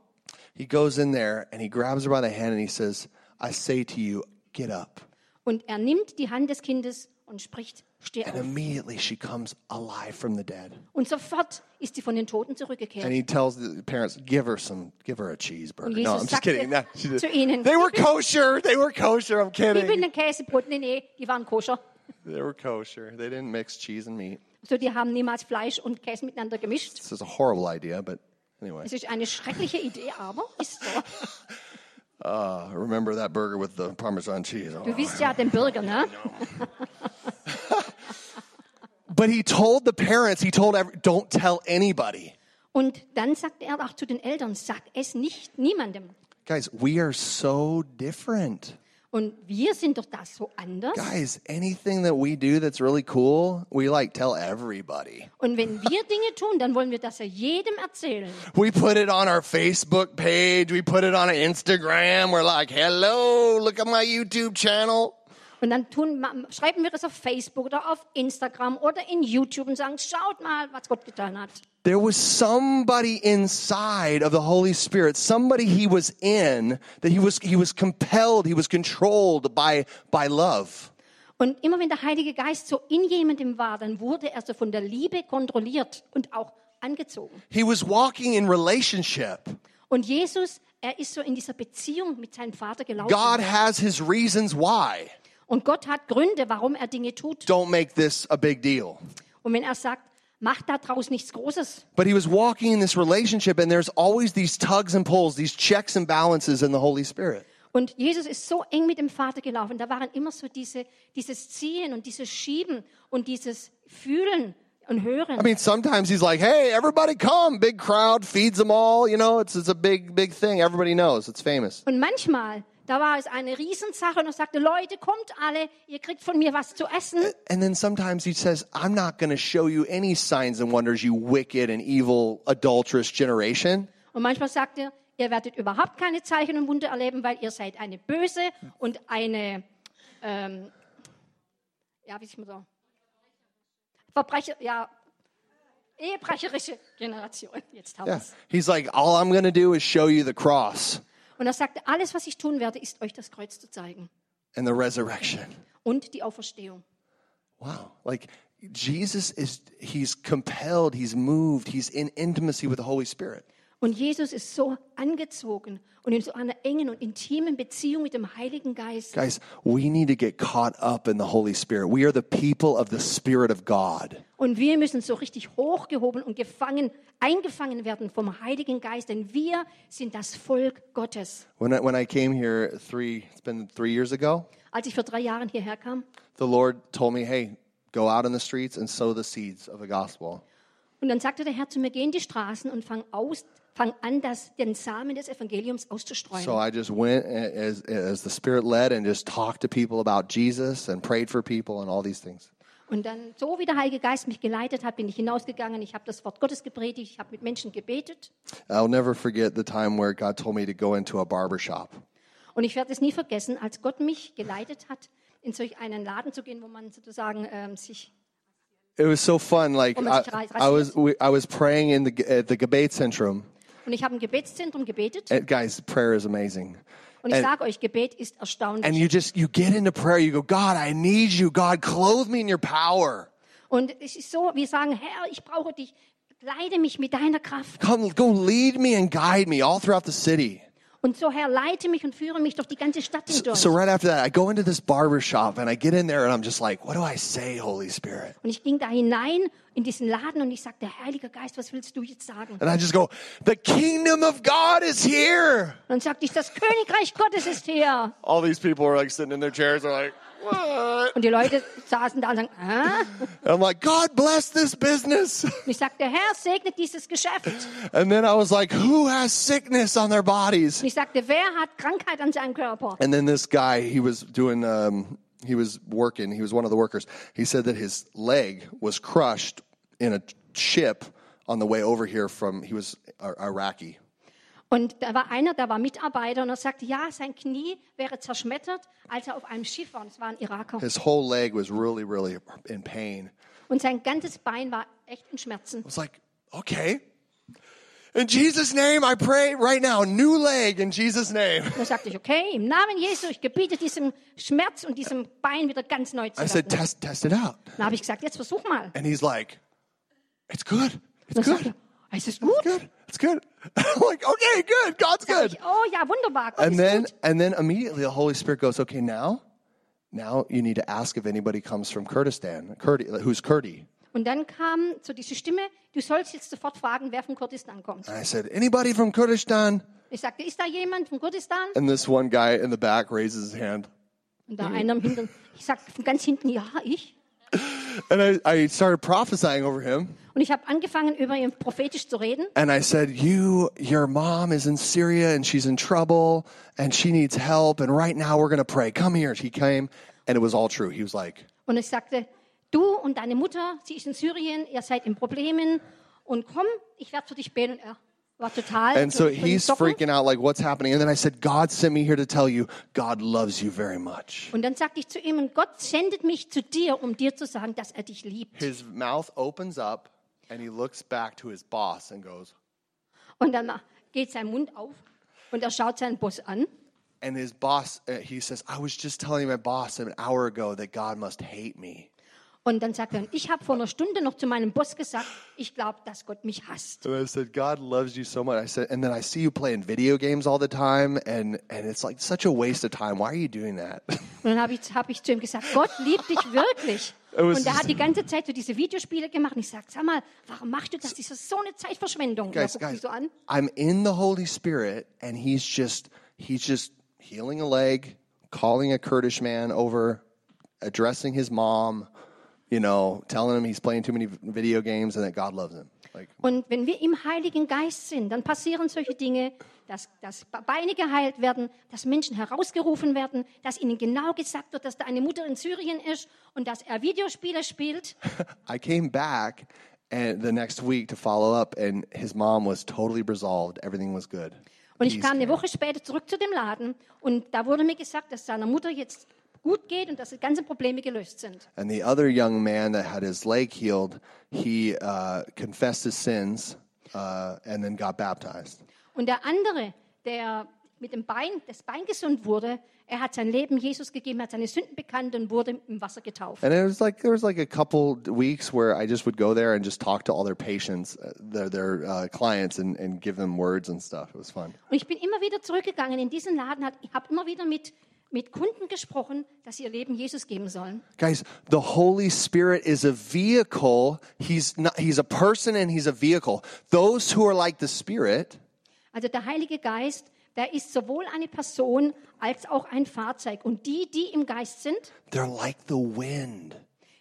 S2: He goes in there and he grabs her by the hand and he says, "I say to you, get up."
S4: Und er nimmt die Hand des Kindes und spricht, steh
S2: And
S4: auf.
S2: immediately she comes alive from the dead.
S4: Und sofort ist sie von den Toten
S2: And
S4: zurückgekehrt.
S2: he tells the parents, "Give her some. Give her a cheeseburger."
S4: Und Jesus
S2: No, I'm just
S4: sagte
S2: kidding. (laughs) No, she
S4: zu
S2: didn't.
S4: ihnen,
S2: They were
S4: "Gib ihm-
S2: kosher. They were kosher. I'm
S4: Gib
S2: kidding.
S4: ihnen Käsebrot, nee, nee, die waren koscher.
S2: They were kosher. They didn't mix cheese and meat.
S4: Also die haben niemals Fleisch und Käse miteinander gemischt.
S2: This is a horrible idea, but anyway.
S4: Es ist eine schreckliche Idee, aber ist so.
S2: Uh, remember that burger with the Parmesan cheese. Oh.
S4: Du wisst ja den Bürger, ne?
S2: But he told the parents, he told, every, don't tell anybody.
S4: Und dann sagt er auch zu den Eltern, sag es nicht niemandem.
S2: Guys, we are so different.
S4: Und wir sind doch da so anders.
S2: Guys, anything that we do that's really cool, we like tell everybody.
S4: Und wenn wir Dinge tun, dann wollen wir das ja jedem erzählen.
S2: We put it on our Facebook page, we put it on Instagram. We're like, hello, look at my YouTube channel.
S4: Und dann tun, ma- schreiben wir es auf Facebook oder auf Instagram oder in YouTube und sagen, schaut mal, was Gott getan hat.
S2: There was somebody inside of the Holy Spirit, somebody he was in that he was he was compelled, he was controlled by by love.
S4: Und immer wenn der Heilige Geist so in jemandem war, dann wurde er so von der Liebe kontrolliert und auch angezogen.
S2: He was walking in relationship.
S4: Und Jesus, er ist so in dieser Beziehung mit seinem Vater gelaufen.
S2: God has his reasons why.
S4: Und Gott hat Gründe, warum er Dinge tut.
S2: Don't make this a big deal.
S4: Und wenn er sagt, macht daraus nichts Großes,
S2: But he was walking in this relationship and there's always these tugs and pulls, these checks and balances in the Holy Spirit.
S4: Und Jesus ist so eng mit dem Vater gelaufen. Da waren immer so diese, dieses Ziehen und dieses Schieben und dieses Fühlen und Hören.
S2: I mean, sometimes he's like, "Hey, everybody come, big crowd, feeds them all, you know, it's it's a big big thing. Everybody knows. It's famous."
S4: und manchmal, da war es eine Riesensache und er sagte, Leute, kommt alle, ihr kriegt von mir was zu essen.
S2: And then sometimes he says, I'm not going to show you any signs and wonders, you wicked and evil, adulterous generation.
S4: Und manchmal sagt er, ihr werdet überhaupt keine Zeichen und Wunder erleben, weil ihr seid eine böse und eine, ähm, ja, wie ich mal so, Verbrecher, ja, ehebrecherische Generation. Jetzt haben
S2: Yeah.
S4: wir's.
S2: He's like, All I'm going to do is show you the cross
S4: Und er sagte, alles, was ich tun werde, ist euch das Kreuz zu zeigen
S2: and the resurrection.
S4: und die Auferstehung.
S2: Wow. Like, Jesus is, he's compelled, he's moved, he's in intimacy with the Holy Spirit.
S4: Und Jesus ist so angezogen und in so einer engen und intimen Beziehung mit dem Heiligen Geist.
S2: Guys, we need to get caught up in the Holy Spirit. We are the people of the Spirit of God.
S4: Und wir müssen so richtig hochgehoben und gefangen, eingefangen werden vom Heiligen Geist, denn wir sind das Volk Gottes.
S2: When I, when I came here three, it's been three years ago,
S4: Als ich vor drei Jahren hierher kam
S2: the Lord told me, Hey, go out in the streets and sow the seeds of the gospel.
S4: und dann sagte der Herr zu mir, geh in die Straßen und fang, aus, fang an, das, den Samen des Evangeliums auszustreuen.
S2: So I just went a- as, as the Spirit led and just talked to people about Jesus and prayed for people and all these things.
S4: Und dann, so wie der Heilige Geist mich geleitet hat, bin ich hinausgegangen. Ich habe das Wort Gottes gepredigt, ich habe mit Menschen gebetet.
S2: I'll never forget the time where God told me to go into a barber shop.
S4: Und ich werde es nie vergessen, als Gott mich geleitet hat, in solch einen Laden zu gehen, wo man sozusagen ähm, sich
S2: It was so fun. Like
S4: Oh,
S2: I,
S4: Mr. Rice, Rice,
S2: I was,
S4: yes.
S2: we, I was praying in the at the Gebet Centrum.
S4: und ich habe im Gebetszentrum gebetet
S2: And guys, prayer is amazing.
S4: und ich
S2: and-
S4: sage euch, Gebet ist
S2: And
S4: erstaunlich.
S2: you just you get into prayer. You go, God, I need you. God, clothe me in your power.
S4: Und es ist so, wir sagen, Herr, ich brauche dich, leite mich mit deiner Kraft.
S2: Come, go lead me and guide me all throughout the city.
S4: Und so, Herr, leite mich und führe mich durch die ganze Stadt hindurch.
S2: So right after that, I go into this barber shop and I get in there and I'm just like, what do I say, Holy Spirit?
S4: Und ich ging da hinein in diesen Laden und ich sagte, Heiliger Geist, was willst du jetzt sagen?
S2: And I just go, the kingdom of God is here.
S4: Dann sagte ich, das Königreich Gottes ist hier.
S2: All these people are like sitting in their chairs. They're like, what?
S4: Und die Leute saßen da und sagten, Hä?
S2: And I'm like, God bless this business. (laughs)
S4: Und ich sagte, Herr, segne dieses Geschäft. Und
S2: And then I was like, who has sickness on their bodies?
S4: ich sagte, wer hat Krankheit an seinem Körper?
S2: And then this guy, he was doing, um, he was working. He was one of the workers. He said that his leg was crushed in a ship on the way over here from, he was uh, Iraqi.
S4: Und da war einer, der war Mitarbeiter und er sagte, ja, sein Knie wäre zerschmettert, als er auf einem Schiff war. Und es war ein Iraker.
S2: His whole leg was really, really in pain.
S4: Und sein ganzes Bein war echt in Schmerzen.
S2: I was like, okay. In Jesus' name, I pray right now, new leg in Jesus' name.
S4: Und dann sagte ich, okay, im Namen Jesu, ich gebiete diesem Schmerz und diesem Bein wieder ganz neu zu
S2: I said,
S4: werden.
S2: test, test it out.
S4: Dann habe ich gesagt, jetzt versuch mal.
S2: And he's like, it's good. It's
S4: Dann sagte
S2: good.
S4: er, es ist gut.
S2: Good. It's good. (laughs) I'm like, okay, good. God's
S4: Sag
S2: good.
S4: ich, oh ja, wunderbar. Gott
S2: And
S4: ist
S2: then,
S4: gut.
S2: and then immediately the Holy Spirit goes, okay, now, now you need to ask if anybody comes from Kurdistan, Kurdi, who's Kurdi.
S4: Und dann kam so diese Stimme, du sollst jetzt sofort fragen, wer von Kurdistan kommt.
S2: And I said, anybody from Kurdistan?
S4: Ich sagte, ist da jemand von Kurdistan?
S2: And this one guy in the back raises his hand.
S4: Und
S2: Mhm.
S4: da einer im Hintern, ich sagte von ganz hinten, ja, ich.
S2: And I, I started prophesying over him.
S4: Und ich habe angefangen, über ihn prophetisch zu reden.
S2: And I said, You, your mom is in Syria and she's in trouble and she needs help. And right now we're going to pray. Come here. She came and it was all true. He was like,
S4: Und ich sagte, du und deine Mutter, sie ist in Syrien, ihr seid in Problemen. Und komm, ich werde für dich beten. Und er war total.
S2: And so
S4: von den
S2: he's
S4: Socken.
S2: freaking out, like, What's happening? And then I said, God sent me here to tell you, God loves you very much.
S4: Und dann sagte ich zu ihm, und Gott sendet mich zu dir, um dir zu sagen, dass er dich liebt.
S2: His mouth opens up and he looks back to his boss and goes,
S4: Und dann ma- geht sein Mund auf und er schaut seinen Boss an.
S2: And his boss, uh, he says, I was just telling my boss an hour ago that God must hate me.
S4: Und dann sagt er, und ich habe vor einer Stunde noch zu meinem Boss gesagt, ich glaube, dass Gott mich hasst.
S2: And I said, God loves you so much. I said, and then I see you playing video games all the time, and and it's like such a waste of time. Why are you doing that? (laughs)
S4: Und dann habe ich, hab ich zu ihm gesagt, Gott liebt dich wirklich.
S2: was
S4: Und er hat
S2: just-
S4: die ganze Zeit so diese Videospiele gemacht. Und ich sage, sag mal, warum machst du das? Das ist so eine Zeitverschwendung. Und er
S2: guys,
S4: guckt mich
S2: guys,
S4: so an.
S2: I'm in the Holy Spirit, and he's just he's just healing a leg, calling a Kurdish man over, addressing his mom, you know, telling him he's playing too many video games and that God loves him. Like,
S4: Und wenn wir im Heiligen Geist sind, dann passieren solche Dinge, dass, dass Beine geheilt werden, dass Menschen herausgerufen werden, dass ihnen genau gesagt wird, dass da eine Mutter in Syrien ist und dass er Videospiele spielt.
S2: I came back. And the next week to follow up, and his mom was totally resolved. Everything was good.
S4: Und ich
S2: Peace
S4: kam eine
S2: came.
S4: Woche später zurück zu dem Laden und da wurde mir gesagt, dass seiner Mutter jetzt gut geht und dass die ganzen Probleme gelöst sind.
S2: And the other young man that had his leg healed, he uh, confessed his sins uh, and then got baptized.
S4: Und der andere, der mit dem Bein, das Bein gesund wurde, er hat sein Leben Jesus gegeben, hat seine Sünden bekannt und wurde im Wasser getauft.
S2: And it was like there was like a couple weeks where I just would go there and just talk to all their patients, uh, their their uh, clients, and, and give them words and stuff. It was fun.
S4: Und ich bin immer wieder zurückgegangen in diesen Laden, hat- ich habe immer wieder mit, mit Kunden gesprochen, dass sie ihr Leben Jesus geben sollen.
S2: Guys, the Holy Spirit is a vehicle. He's not. He's a person and he's a vehicle. Those who are like the Spirit
S4: Also der Heilige Geist, der ist sowohl eine Person als auch ein Fahrzeug. Und die, die im Geist sind,
S2: they're like the wind.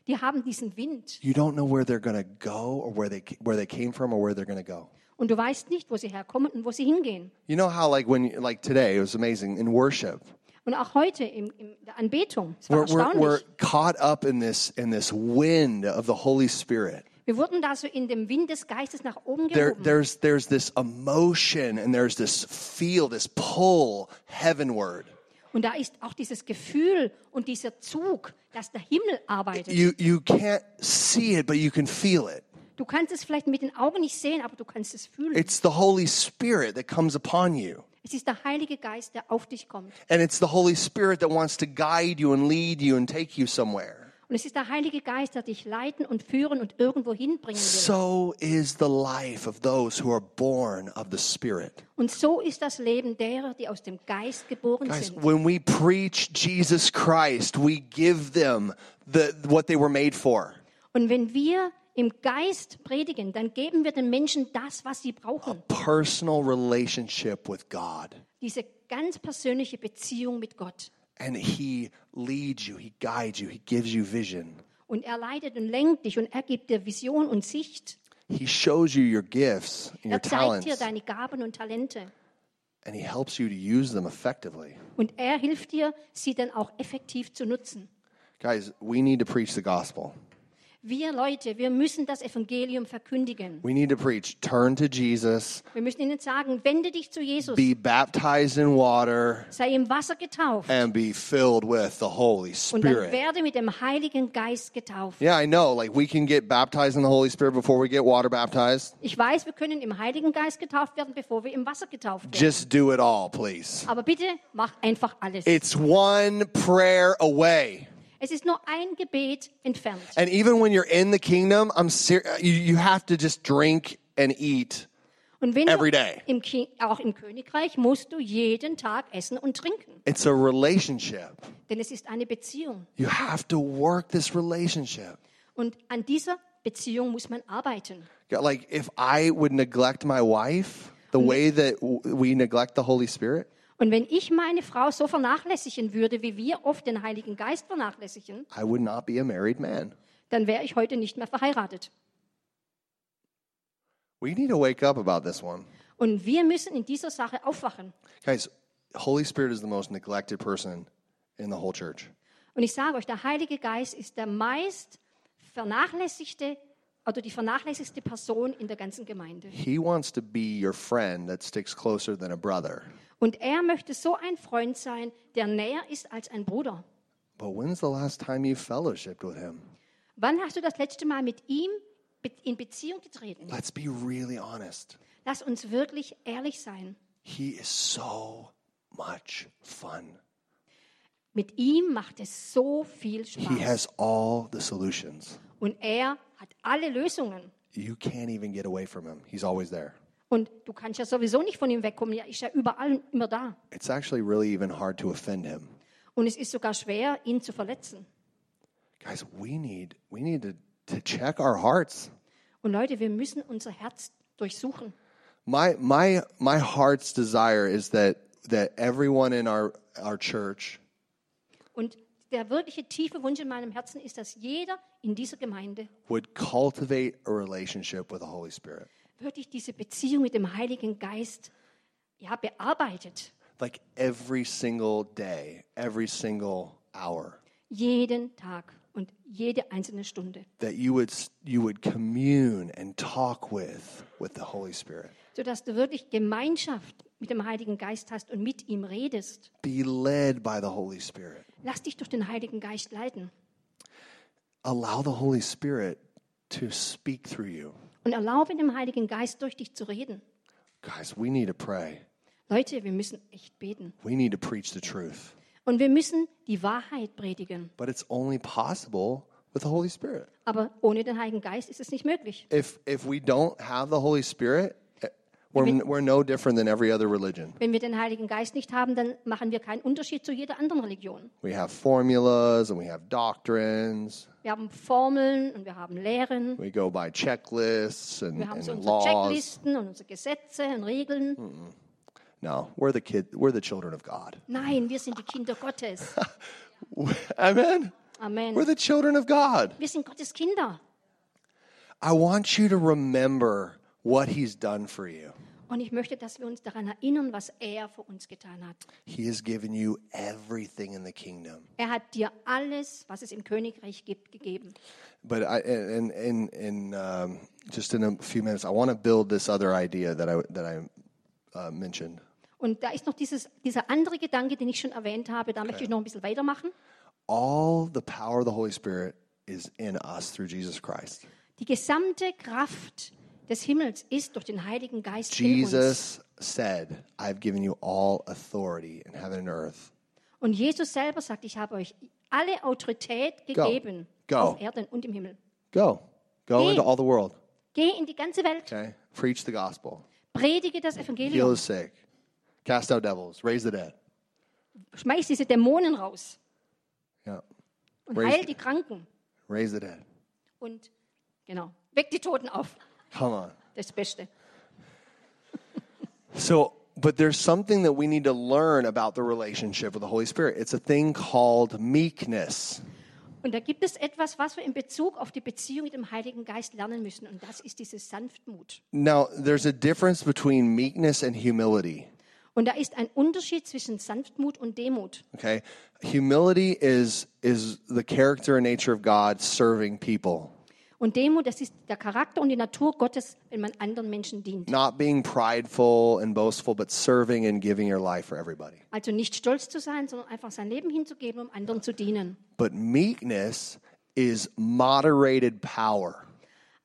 S4: die haben diesen Wind.
S2: You don't know where they're going to go or where they ca- where they came from or where they're going to go.
S4: Und du weißt nicht, wo sie herkommen und wo sie hingehen.
S2: You know how like when like today it was amazing in worship.
S4: Und auch heute in, in der Anbetung, es war
S2: We're, we're,
S4: erstaunlich.
S2: we're caught up in this in this wind of the Holy Spirit.
S4: wir wurden da so in dem Wind des Geistes nach oben
S2: There
S4: gehoben.
S2: there's there's this emotion and there's this feel, this pull heavenward.
S4: Und da ist auch dieses Gefühl und dieser Zug, dass der Himmel arbeitet.
S2: You, you can't see it, but you can feel it.
S4: Du kannst es vielleicht mit den Augen nicht sehen, aber du kannst es fühlen.
S2: It's the Holy Spirit that comes upon you.
S4: Es ist der Heilige Geist, der auf dich kommt.
S2: And it's the Holy Spirit that wants to guide you and lead you and take you somewhere.
S4: Und es ist der Heilige Geist, der dich leiten und führen und irgendwo hinbringen will.
S2: So is the life of those who are born of the Spirit.
S4: Und so ist das Leben derer, die aus dem Geist geboren
S2: Guys,
S4: sind.
S2: when we preach Jesus Christ, we give them the, what they were made for.
S4: Und wenn wir im Geist predigen, dann geben wir den Menschen das, was sie brauchen.
S2: Personal relationship with God.
S4: Diese ganz persönliche Beziehung mit Gott.
S2: And He leads you, He guides you, He gives you vision.
S4: Und er leitet und lenkt dich und er gibt dir Vision und Sicht.
S2: He shows you your gifts and your
S4: Er zeigt dir
S2: talents,
S4: deine Gaben und Talente.
S2: and He helps you to use them effectively.
S4: Und er hilft dir, sie dann auch effektiv zu nutzen.
S2: Guys, we need to preach the gospel.
S4: Wir Leute, wir müssen das Evangelium verkündigen.
S2: We need to preach turn to Jesus,
S4: Wir müssen ihnen sagen, wende dich zu Jesus,
S2: be baptized in water,
S4: sei im Wasser getauft
S2: and be filled with the Holy
S4: und dann
S2: Spirit.
S4: werde mit dem Heiligen Geist getauft.
S2: Yeah, I know. Like, we can get baptized in the Holy Spirit before we get water baptized.
S4: Ich weiß, wir können im Heiligen Geist getauft werden, bevor wir im Wasser getauft werden.
S2: Just do it all, please.
S4: Aber bitte mach einfach alles.
S2: It's one prayer away.
S4: Es ist nur ein Gebet entfernt.
S2: And even when you're in the kingdom, I'm ser- you, you have to just drink and eat.
S4: Und wenn
S2: every day.
S4: du im Ki auch im Königreich musst du jeden Tag essen und trinken,
S2: It's a relationship.
S4: denn es ist eine Beziehung
S2: You have to work this relationship.
S4: und an dieser Beziehung muss man arbeiten.
S2: Yeah, Like, if I would neglect my wife the way that w- we neglect the Holy Spirit,
S4: Und wenn ich meine Frau so vernachlässigen würde, wie wir oft den Heiligen Geist vernachlässigen,
S2: I would not be a married man.
S4: dann wäre ich heute nicht mehr verheiratet.
S2: We need to wake up about this one.
S4: Und wir müssen in dieser Sache aufwachen.
S2: Guys, Holy Spirit is the most neglected person in the whole church.
S4: Und ich sage euch, der Heilige Geist ist der meist vernachlässigte oder die vernachlässigste Person in der ganzen Gemeinde.
S2: He wants to be your friend that sticks closer than a brother.
S4: Und er möchte so ein Freund sein, der näher ist als ein Bruder.
S2: But when's the last time you fellowshipped with him?
S4: Wann hast du das letzte Mal mit ihm be- in Beziehung getreten?
S2: Let's be really honest.
S4: Lass uns wirklich ehrlich sein.
S2: He is so much fun.
S4: Mit ihm macht es so viel
S2: He has
S4: Spaß.
S2: all the solutions.
S4: Und er hat alle Lösungen.
S2: You can't even get away from him. He's always there.
S4: Und du kannst ja sowieso nicht von ihm wegkommen. Er ist ja überall und immer da.
S2: It's actually really even hard to offend him.
S4: Und es ist sogar schwer, ihn zu verletzen.
S2: Guys, we need we need to, to check our hearts.
S4: Und Leute, wir müssen unser Herz durchsuchen.
S2: my my my heart's desire is that that everyone in our our church
S4: Und der wirkliche tiefe Wunsch in meinem Herzen ist, dass jeder in dieser Gemeinde
S2: would cultivate a relationship with the Holy Spirit.
S4: wirklich diese Beziehung mit dem Heiligen Geist ja, bearbeitet.
S2: Like every single day, every single hour
S4: Jeden Tag und jede einzelne Stunde.
S2: that you would s- you would commune and talk with with the Holy Spirit.
S4: Sodass du wirklich Gemeinschaft mit dem Heiligen Geist hast und mit ihm redest.
S2: Be led by the Holy Spirit.
S4: Lass dich durch den Heiligen Geist leiten
S2: Allow the Holy Spirit to speak through you.
S4: und erlaube dem Heiligen Geist durch dich zu reden.
S2: Guys, we need to pray.
S4: Leute, wir müssen echt beten.
S2: We need to preach the truth.
S4: Und wir müssen die Wahrheit predigen.
S2: But it's only possible with the Holy Spirit.
S4: Aber ohne den Heiligen Geist ist es nicht möglich.
S2: if if we don't have the Holy Spirit, eh, we're we're no different than every other religion.
S4: Wenn wir den Heiligen Geist nicht haben, dann machen wir keinen Unterschied zu jeder anderen Religion.
S2: We have formulas and we have doctrines.
S4: Wir haben Formeln und wir haben Lehren.
S2: We go by checklists and,
S4: Wir haben so
S2: and
S4: unsere
S2: laws. Hm.
S4: Checklisten und unsere Gesetze und Regeln.
S2: No, we're the kid. We're the children of God.
S4: Nein, wir sind die
S2: (laughs)
S4: Kinder Gottes.
S2: Amen. We're
S4: Amen.
S2: the children of God.
S4: Wir sind Gottes Kinder.
S2: I want you to remember what He's done for you.
S4: Und ich möchte, dass wir uns daran erinnern, was er für uns getan hat.
S2: He has given you everything in the kingdom.
S4: Er hat dir alles, was es im Königreich gibt, gegeben.
S2: But I, in in in um, just in a few minutes, I want to build this other idea that I that I uh, mentioned.
S4: Und Und da ist noch dieses, dieser andere Gedanke, den ich schon erwähnt habe, da möchte ich noch ein bisschen weitermachen.
S2: All the power of the Holy Spirit is in us through Jesus Christ.
S4: Die gesamte Kraft des Himmels ist durch den Heiligen Geist in uns.
S2: Jesus said, I've given you all authority in heaven and earth.
S4: Und Jesus selber sagt, ich habe euch alle Autorität gegeben
S2: Go.
S4: auf Erden und im Himmel.
S2: Go. Go
S4: Hey.
S2: into all the world.
S4: Geh in die ganze Welt,
S2: Okay? Preach the gospel.
S4: predige das
S2: Heal
S4: Evangelium,
S2: the sick. Cast out devils. Raise the dead.
S4: schmeiß diese Dämonen raus
S2: Yeah.
S4: und
S2: Raise-
S4: heil die Kranken
S2: Raise the dead.
S4: und genau, weck die Toten auf.
S2: Come on.
S4: Das Beste.
S2: So, but there's something that we need to learn about the relationship with the Holy Spirit. It's a thing called meekness.
S4: Und da gibt es etwas, was wir in Bezug auf die Beziehung mit dem Heiligen Geist lernen müssen. Und das ist diese Sanftmut.
S2: Now, there's a difference between meekness and humility.
S4: Und da ist ein Unterschied zwischen Sanftmut und Demut.
S2: Okay? Humility is is the character and nature of God serving people.
S4: Und Demut, das ist der Charakter und die Natur Gottes, wenn man anderen Menschen dient.
S2: Not being prideful and boastful, but serving and giving your life for everybody.
S4: Also nicht stolz zu sein, sondern einfach sein Leben hinzugeben, um anderen zu dienen.
S2: But meekness is moderated power.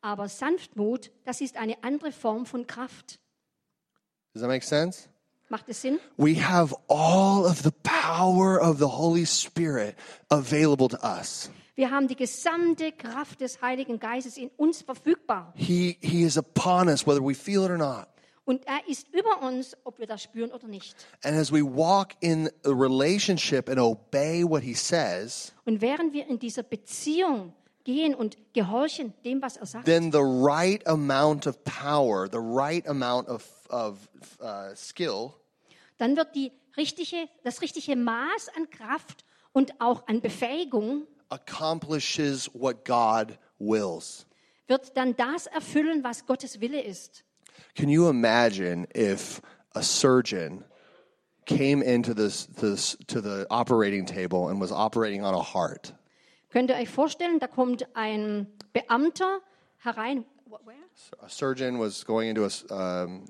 S4: Aber Sanftmut, das ist eine andere Form von Kraft.
S2: Does that make sense?
S4: Macht es Sinn?
S2: We have all of the power of the Holy Spirit available to us.
S4: Wir haben die gesamte Kraft des Heiligen Geistes in uns verfügbar.
S2: He, he is upon us, whether we feel it or not.
S4: Und er ist über uns, ob wir das spüren oder nicht.
S2: And as we walk in a relationship and obey what he says,
S4: Und während wir in dieser Beziehung gehen und gehorchen dem, was er sagt,
S2: then the right amount of power, the right amount of, of uh, skill
S4: dann wird die richtige, das richtige Maß an Kraft und auch an Befähigung
S2: accomplishes what God wills.
S4: wird dann das erfüllen, was Gottes Wille ist.
S2: Can you imagine if a surgeon came into this, this to the operating table and was operating on a heart?
S4: Könnt ihr euch vorstellen, da kommt ein Beamter herein. Where?
S2: A surgeon was going into a s- um,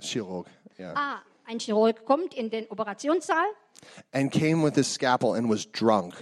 S2: chirurg, yeah,
S4: Ah, ein Chirurg kommt in den Operationssaal
S2: and came with his scalpel and was drunk.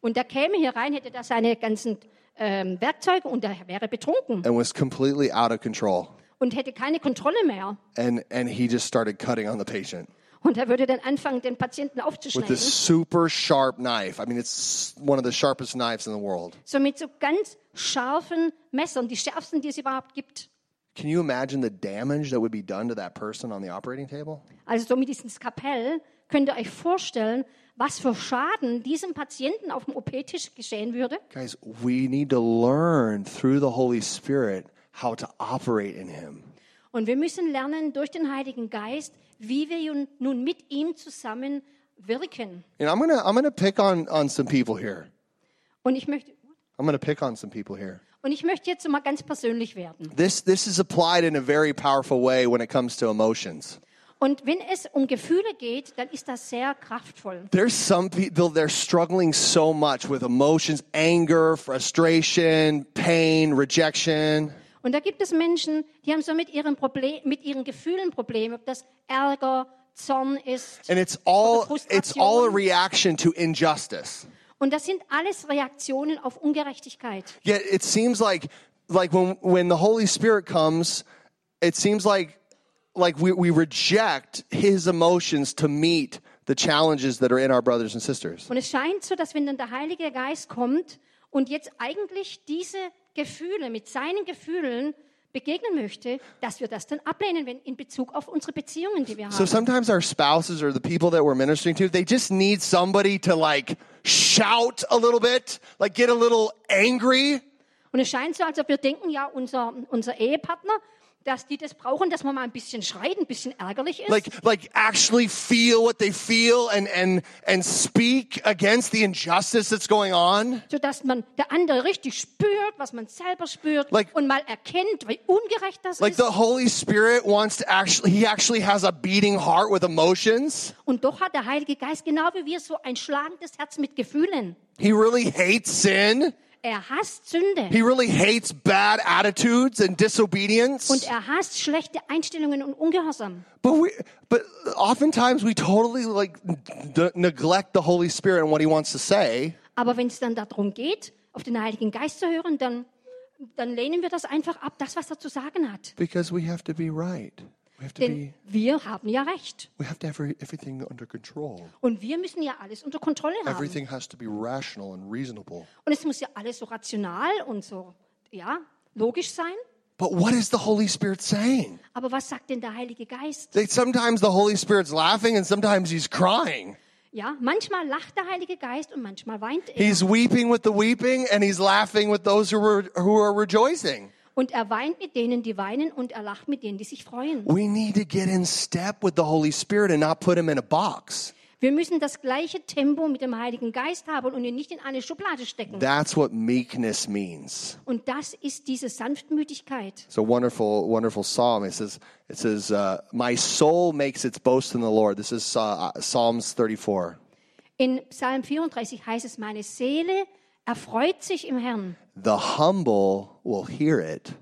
S4: und der käme hier rein, hätte da seine ganzen ähm, Werkzeuge und er wäre betrunken
S2: and was completely out of control.
S4: und hätte keine Kontrolle mehr.
S2: And and he just started cutting on the patient
S4: Und er würde dann anfangen, den Patienten
S2: with
S4: aufzuschneiden.
S2: this super sharp knife. I mean, it's one of the sharpest knives in the world.
S4: so mit so ganz scharfen Messern, die schärfsten, die es überhaupt gibt.
S2: Can you imagine the damage that would be done to that person on the operating table?
S4: Also so mit diesem Skapell könnt ihr euch vorstellen, was für Schaden diesem Patienten auf dem OP-Tisch geschehen würde.
S2: Guys, we need to learn through the Holy Spirit how to operate in him.
S4: Und wir müssen lernen durch den Heiligen Geist, wie wir jun- nun mit ihm zusammen wirken.
S2: And I'm going to I'm going to pick on on some people here.
S4: Und ich möchte
S2: I'm going to pick on some people here.
S4: und ich möchte jetzt mal ganz persönlich werden.
S2: This this is applied in a very powerful way when it comes to emotions.
S4: Und wenn es um Gefühle geht, dann ist das sehr kraftvoll.
S2: There's some people they're struggling so much with emotions, anger, frustration, pain, rejection.
S4: Und da gibt es Menschen, die haben so mit ihren Problem, mit ihren Gefühlen Probleme, ob das Ärger, Zorn ist.
S2: And it's all
S4: Oder Frustration.
S2: it's all a reaction to injustice.
S4: Und das sind alles Reaktionen auf Ungerechtigkeit.
S2: Yet it seems like like when when the Holy Spirit comes, it seems like like we, we reject his emotions to meet the challenges that are in our brothers and sisters.
S4: Und es scheint so, dass wenn dann der Heilige Geist kommt und jetzt eigentlich diese Gefühle mit seinen Gefühlen begegnen möchte, dass wir das dann ablehnen, wenn in Bezug auf unsere Beziehungen, die wir
S2: So
S4: haben.
S2: sometimes our spouses or the people that we're ministering to, they just need somebody to like shout a little bit, like get a little angry.
S4: Und es scheint so, als ob wir denken, ja, unser, unser Ehepartner, dass die das brauchen, dass man mal ein bisschen schreit, ein bisschen ärgerlich ist.
S2: Like like actually feel what they feel and and and speak against the injustice that's going on.
S4: sodass man der andere richtig spürt, was man selber spürt
S2: Like-
S4: und mal erkennt, wie ungerecht das
S2: Like
S4: ist.
S2: the Holy Spirit wants to actually he actually has a beating heart with emotions.
S4: Und doch hat der Heilige Geist genau wie wir so ein schlagendes Herz mit Gefühlen.
S2: He really hates sin.
S4: Er hasst Sünde
S2: He really hates bad attitudes and disobedience.
S4: und er hasst schlechte Einstellungen und Ungehorsam.
S2: But we, but oftentimes we totally like d- neglect the Holy Spirit and what He wants to say,
S4: Aber wenn es dann darum geht, auf den Heiligen Geist zu hören, dann, dann lehnen wir das einfach ab, das, was er zu sagen hat.
S2: because we have to be right. We have to
S4: Denn
S2: be.
S4: wir haben ja Recht.
S2: We have to have every- everything under control.
S4: Und wir müssen ja alles unter Kontrolle haben.
S2: Everything has to be rational and reasonable.
S4: Und es muss ja alles so rational und so, ja, logisch sein.
S2: But what is the Holy Spirit saying?
S4: Aber was sagt denn der Heilige Geist?
S2: They, sometimes the Holy Spirit's laughing and sometimes He's crying.
S4: Ja, manchmal lacht der Heilige Geist und manchmal weint er.
S2: He's weeping with the weeping and He's laughing with those who are, who are rejoicing.
S4: Und er weint mit denen, die weinen und er lacht mit denen, die sich freuen.
S2: We need to get in step with the Holy Spirit and not put Him in a box.
S4: Wir müssen das gleiche Tempo mit dem Heiligen Geist haben und ihn nicht in eine Schublade stecken.
S2: That's what meekness means.
S4: Und das ist diese Sanftmütigkeit.
S2: It's a wonderful, wonderful psalm. It says, "It says, uh, my soul makes its boast in the Lord." This is uh, Psalms 34.
S4: In Psalm 34 heißt es, meine Seele erfreut sich im Herrn
S2: The humble will hear it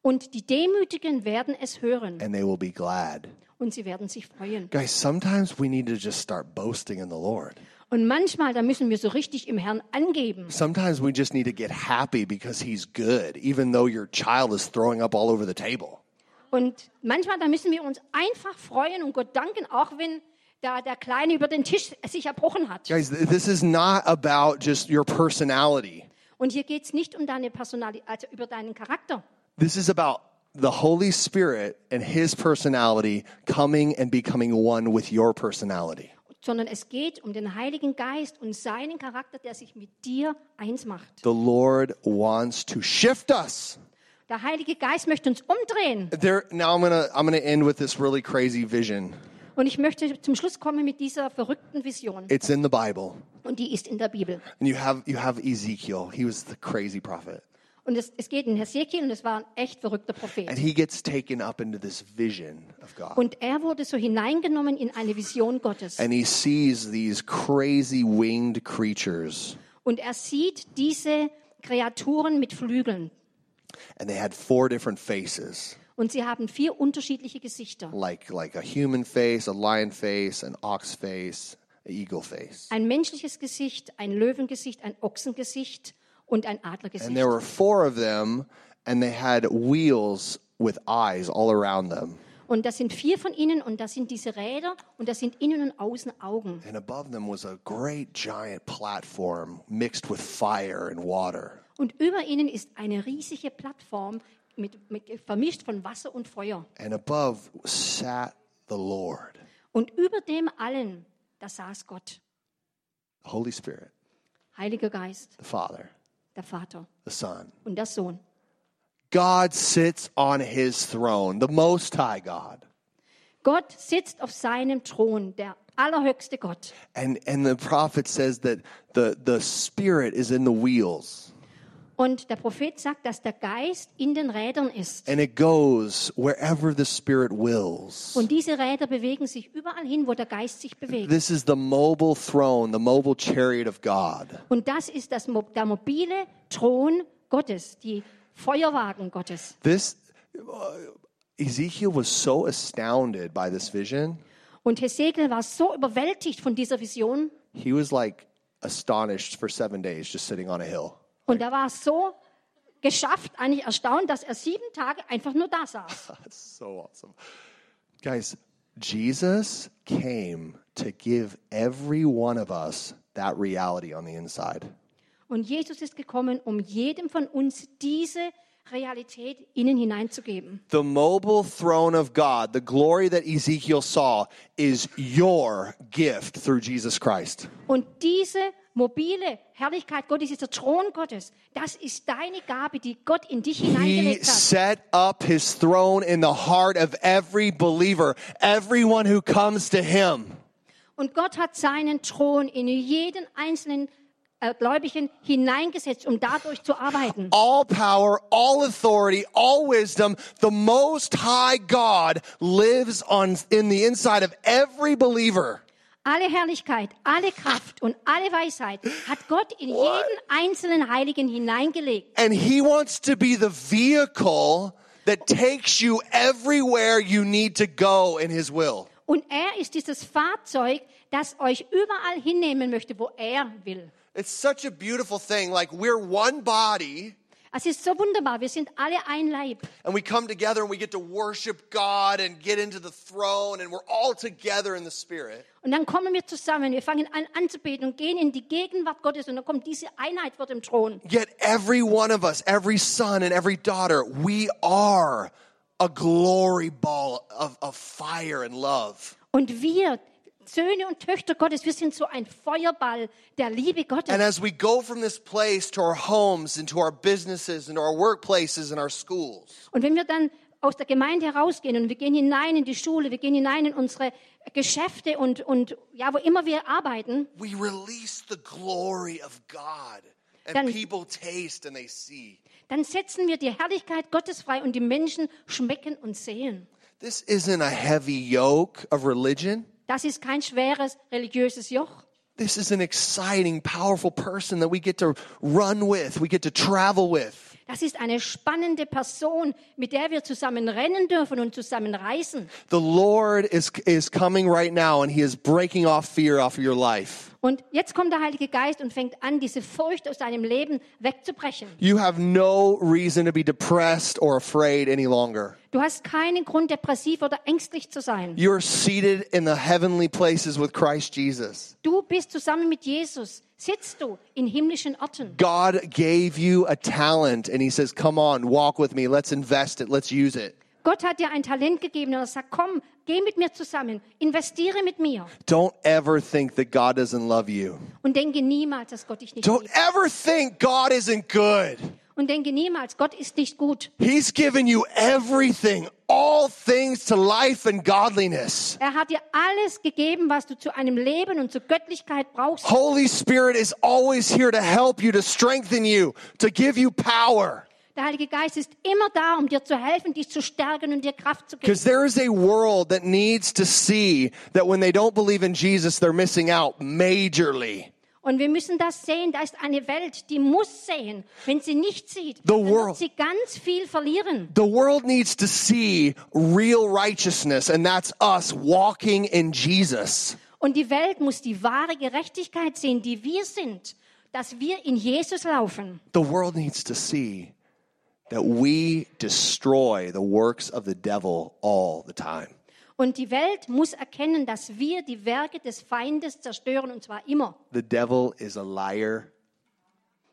S4: und die Demütigen werden es hören
S2: and they will be glad.
S4: und sie werden sich freuen.
S2: Guys, sometimes we need to just start boasting in the Lord.
S4: Und manchmal, da müssen wir so richtig im Herrn angeben.
S2: Sometimes we just need to get happy because He's good, even though your child is throwing up all over the table.
S4: Und manchmal, da müssen wir uns einfach freuen und Gott danken, auch wenn da der Kleine über den Tisch sich erbrochen hat.
S2: Guys, th- this is not about just your personality.
S4: Und hier geht es nicht um deine Personalität, also über deinen Charakter,
S2: This is about the Holy Spirit and His personality coming and becoming one with your personality.
S4: sondern es geht um den Heiligen Geist und seinen Charakter, der sich mit dir eins macht.
S2: The Lord wants to shift us.
S4: Der Heilige Geist möchte uns umdrehen.
S2: There now I'm going to I'm going to end with this really crazy vision.
S4: Und ich möchte zum Schluss kommen mit dieser verrückten Vision.
S2: It's in the Bible.
S4: Und die ist in der Bibel.
S2: And you have you have Ezekiel. He was the crazy prophet.
S4: Und es, es geht in Hesekiel und es war ein echt verrückter
S2: And
S4: Prophet.
S2: he gets taken up into this vision of God.
S4: Und er wurde so hineingenommen in eine Vision Gottes.
S2: And he sees these crazy winged creatures.
S4: Und er sieht diese Kreaturen mit Flügeln.
S2: And they had four different faces.
S4: Und sie haben vier unterschiedliche Gesichter.
S2: like like a human face, a lion face, an ox face, an eagle face.
S4: Ein menschliches Gesicht, ein Löwengesicht, ein Ochsengesicht und ein
S2: And
S4: Adlergesicht.
S2: there were four of them, and they had wheels with eyes all around them.
S4: Und das sind vier von ihnen und das sind diese Räder und das sind innen und außen Augen.
S2: And above them was a great giant platform mixed with fire and water.
S4: Und über ihnen ist eine riesige Plattform mit, mit, vermischt von Wasser und Feuer.
S2: And above sat the Lord,
S4: Und über dem allen, da saß Gott,
S2: the Holy Spirit,
S4: Heiliger Geist,
S2: the Father,
S4: der Vater
S2: the Son.
S4: und der Sohn.
S2: God sits on his throne, the most high God.
S4: Gott sitzt auf seinem Thron, der allerhöchste Gott.
S2: And and the prophet says that the the spirit is in the wheels.
S4: Und der Prophet sagt, dass der Geist in den Rädern ist.
S2: and it goes wherever the Spirit wills.
S4: Und diese Räder bewegen sich überall hin, wo der Geist sich bewegt.
S2: This is the mobile throne, the mobile chariot of God.
S4: Und das ist das, Mo- der mobile Thron Gottes, die Feuerwagen Gottes.
S2: This uh, Ezekiel was so astounded by this vision.
S4: Und Hesekiel war so überwältigt von dieser Vision
S2: He was like astonished for 7 days just sitting on a hill.
S4: und er war so geschafft, eigentlich erstaunt, dass er sieben Tage einfach nur da saß.
S2: That's so awesome. Guys, Jesus came to give every one of us that reality on the inside.
S4: Und Jesus ist gekommen, um jedem von uns diese Realität innen hineinzugeben.
S2: The mobile throne of God, the glory that Ezekiel saw, is your gift through Jesus Christ.
S4: Und diese mobile Herrlichkeit Gottes, dieser Thron Gottes, das ist deine Gabe, die Gott in dich
S2: He
S4: hineingelegt hat.
S2: set up his throne in the heart of every believer, everyone who comes to him.
S4: Und Gott hat seinen Thron in jeden einzelnen äh, Gläubigen hineingesetzt, um dadurch zu arbeiten.
S2: All power, all authority, all wisdom, the most high God lives on in the inside of every believer.
S4: alle Herrlichkeit, alle Kraft und alle Weisheit hat Gott in jeden einzelnen Heiligen hineingelegt.
S2: And he wants to be the vehicle that takes you everywhere you need to go in his will.
S4: Und er ist dieses Fahrzeug, das euch überall hinnehmen möchte, wo er will.
S2: It's such a beautiful thing. Like we're one body
S4: Es ist so wunderbar, wir sind alle ein Leib.
S2: and we come together and we get to worship God and get into the throne and we're all together in the spirit.
S4: Und dann kommen wir zusammen, wir fangen an anzubeten und gehen in die Gegenwart Gottes und dann kommt diese Einheit vor dem Thron.
S2: Yet every one of us, every son and every daughter, we are a glory ball of, of fire and love.
S4: Und wir, Söhne und Töchter Gottes, wir sind so ein Feuerball der Liebe Gottes.
S2: And as we go from this place to our homes and to our businesses and to our workplaces and our schools,
S4: Und wenn wir dann aus der Gemeinde herausgehen und wir gehen hinein in die Schule, wir gehen hinein in unsere Geschäfte und, und ja, wo immer wir arbeiten,
S2: we release the glory of God. And
S4: Dann-
S2: people taste and they see.
S4: dann setzen wir die Herrlichkeit Gottes frei und die Menschen schmecken und sehen.
S2: This isn't a heavy yoke of religion.
S4: Das ist kein schweres religiöses Joch.
S2: This is an exciting, powerful person that we get to run with, we get to travel with.
S4: Das ist eine spannende Person, mit der wir zusammen rennen dürfen und zusammen reisen.
S2: The Lord is, is coming right now and He is breaking off fear off of your life.
S4: Und jetzt kommt der Heilige Geist und fängt an, diese Furcht aus deinem Leben wegzubrechen.
S2: You have no reason to be depressed or afraid any longer.
S4: Du hast keinen Grund, depressiv oder ängstlich zu sein.
S2: You're seated in the heavenly places with Christ Jesus.
S4: Du bist zusammen mit Jesus, sitzt du in himmlischen Orten.
S2: God gave you a talent and He says, Come on, walk with me. Let's invest it. Let's use it.
S4: Gott hat dir ein Talent gegeben und er sagt, komm, geh mit mir zusammen, investiere mit mir
S2: Don't ever think that God doesn't love you.
S4: und denke niemals, dass Gott dich nicht
S2: Don't
S4: liebt.
S2: ever think God isn't good.
S4: Und denke niemals, Gott ist nicht gut.
S2: He's given you everything, all things to life and godliness.
S4: Er hat dir alles gegeben, was du zu einem Leben und zur Göttlichkeit brauchst.
S2: Holy Spirit is always here to help you, to strengthen you, to give you power.
S4: Der Heilige Geist ist immer da, um dir zu helfen, dich zu stärken und dir Kraft zu geben.
S2: Because there is a world that needs to see that when they don't believe in Jesus, they're missing out majorly.
S4: Und wir müssen das sehen. Da ist eine Welt, die muss sehen. Wenn sie nicht sieht,
S2: The
S4: dann
S2: world.
S4: wird sie ganz viel verlieren.
S2: The world needs to see real righteousness, and that's us walking in Jesus.
S4: Und die Welt muss die wahre Gerechtigkeit sehen, die wir sind, dass wir in Jesus laufen.
S2: The world needs to see that we destroy the works of the devil all the time.
S4: Und die Welt muss erkennen, dass wir die Werke des Feindes zerstören, und zwar immer.
S2: The devil is a liar,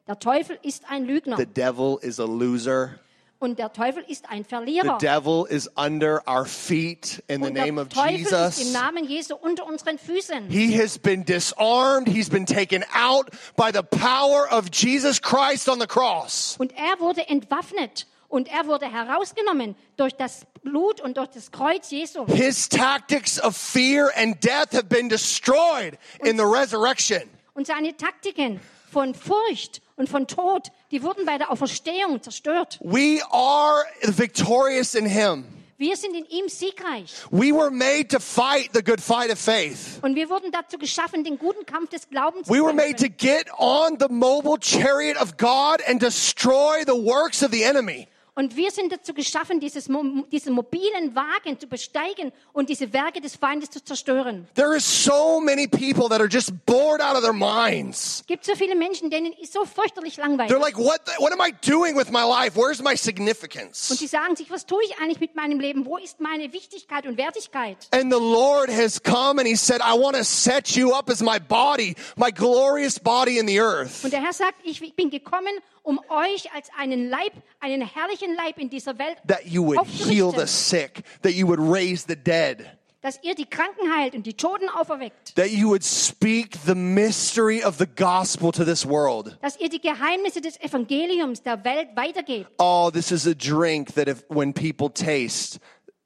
S4: Der Teufel ist ein Lügner
S2: the devil is a loser.
S4: und der Teufel ist ein
S2: The
S4: Verlierer.
S2: devil is under our feet in the
S4: Und der
S2: name of
S4: Teufel ist im
S2: Jesus.
S4: Namen Jesu unter unseren Füßen.
S2: He has been disarmed. He's been taken out by the power of Jesus Christ on the cross.
S4: Und er wurde entwaffnet und er wurde herausgenommen durch das Blut und durch das Kreuz Jesu.
S2: His tactics of fear and death have been destroyed in the resurrection.
S4: Und seine Taktiken von Furcht und von Tod, die wurden bei der Auferstehung zerstört.
S2: We are victorious in him.
S4: Wir sind in ihm siegreich
S2: We were made to fight the good fight of faith.
S4: und wir wurden dazu geschaffen, den guten Kampf des Glaubens zu
S2: We were made to
S4: kämpfen.
S2: get on the mobile chariot of God and destroy the works of the enemy.
S4: Und wir sind dazu geschaffen, dieses, Mo- diesen mobilen Wagen zu besteigen und diese Werke des Feindes zu zerstören.
S2: There is so many people that are just bored out of their minds.
S4: Es gibt so viele Menschen, denen ist so fürchterlich langweilig.
S2: They're like, what, the, what am I doing with my life? Where's my
S4: Und
S2: significance?
S4: sie sagen sich, was tue ich eigentlich mit meinem Leben? Wo ist meine Wichtigkeit und Wertigkeit?
S2: And the Lord has come and He said, I want to set you up as my body, my glorious body in the earth.
S4: Und der Herr sagt, ich bin gekommen, um euch als einen Leib, einen herrlichen Leib in dieser Welt
S2: That you
S4: Oh,
S2: would heal the
S4: aufzurichten,
S2: sick, that you would raise the dead,
S4: dass ihr die Kranken heilt und die Toten auferweckt,
S2: that you would speak the mystery of the gospel to this world.
S4: dass ihr die Geheimnisse des Evangeliums der Welt weitergebt.
S2: Oh, this is a drink that if when people taste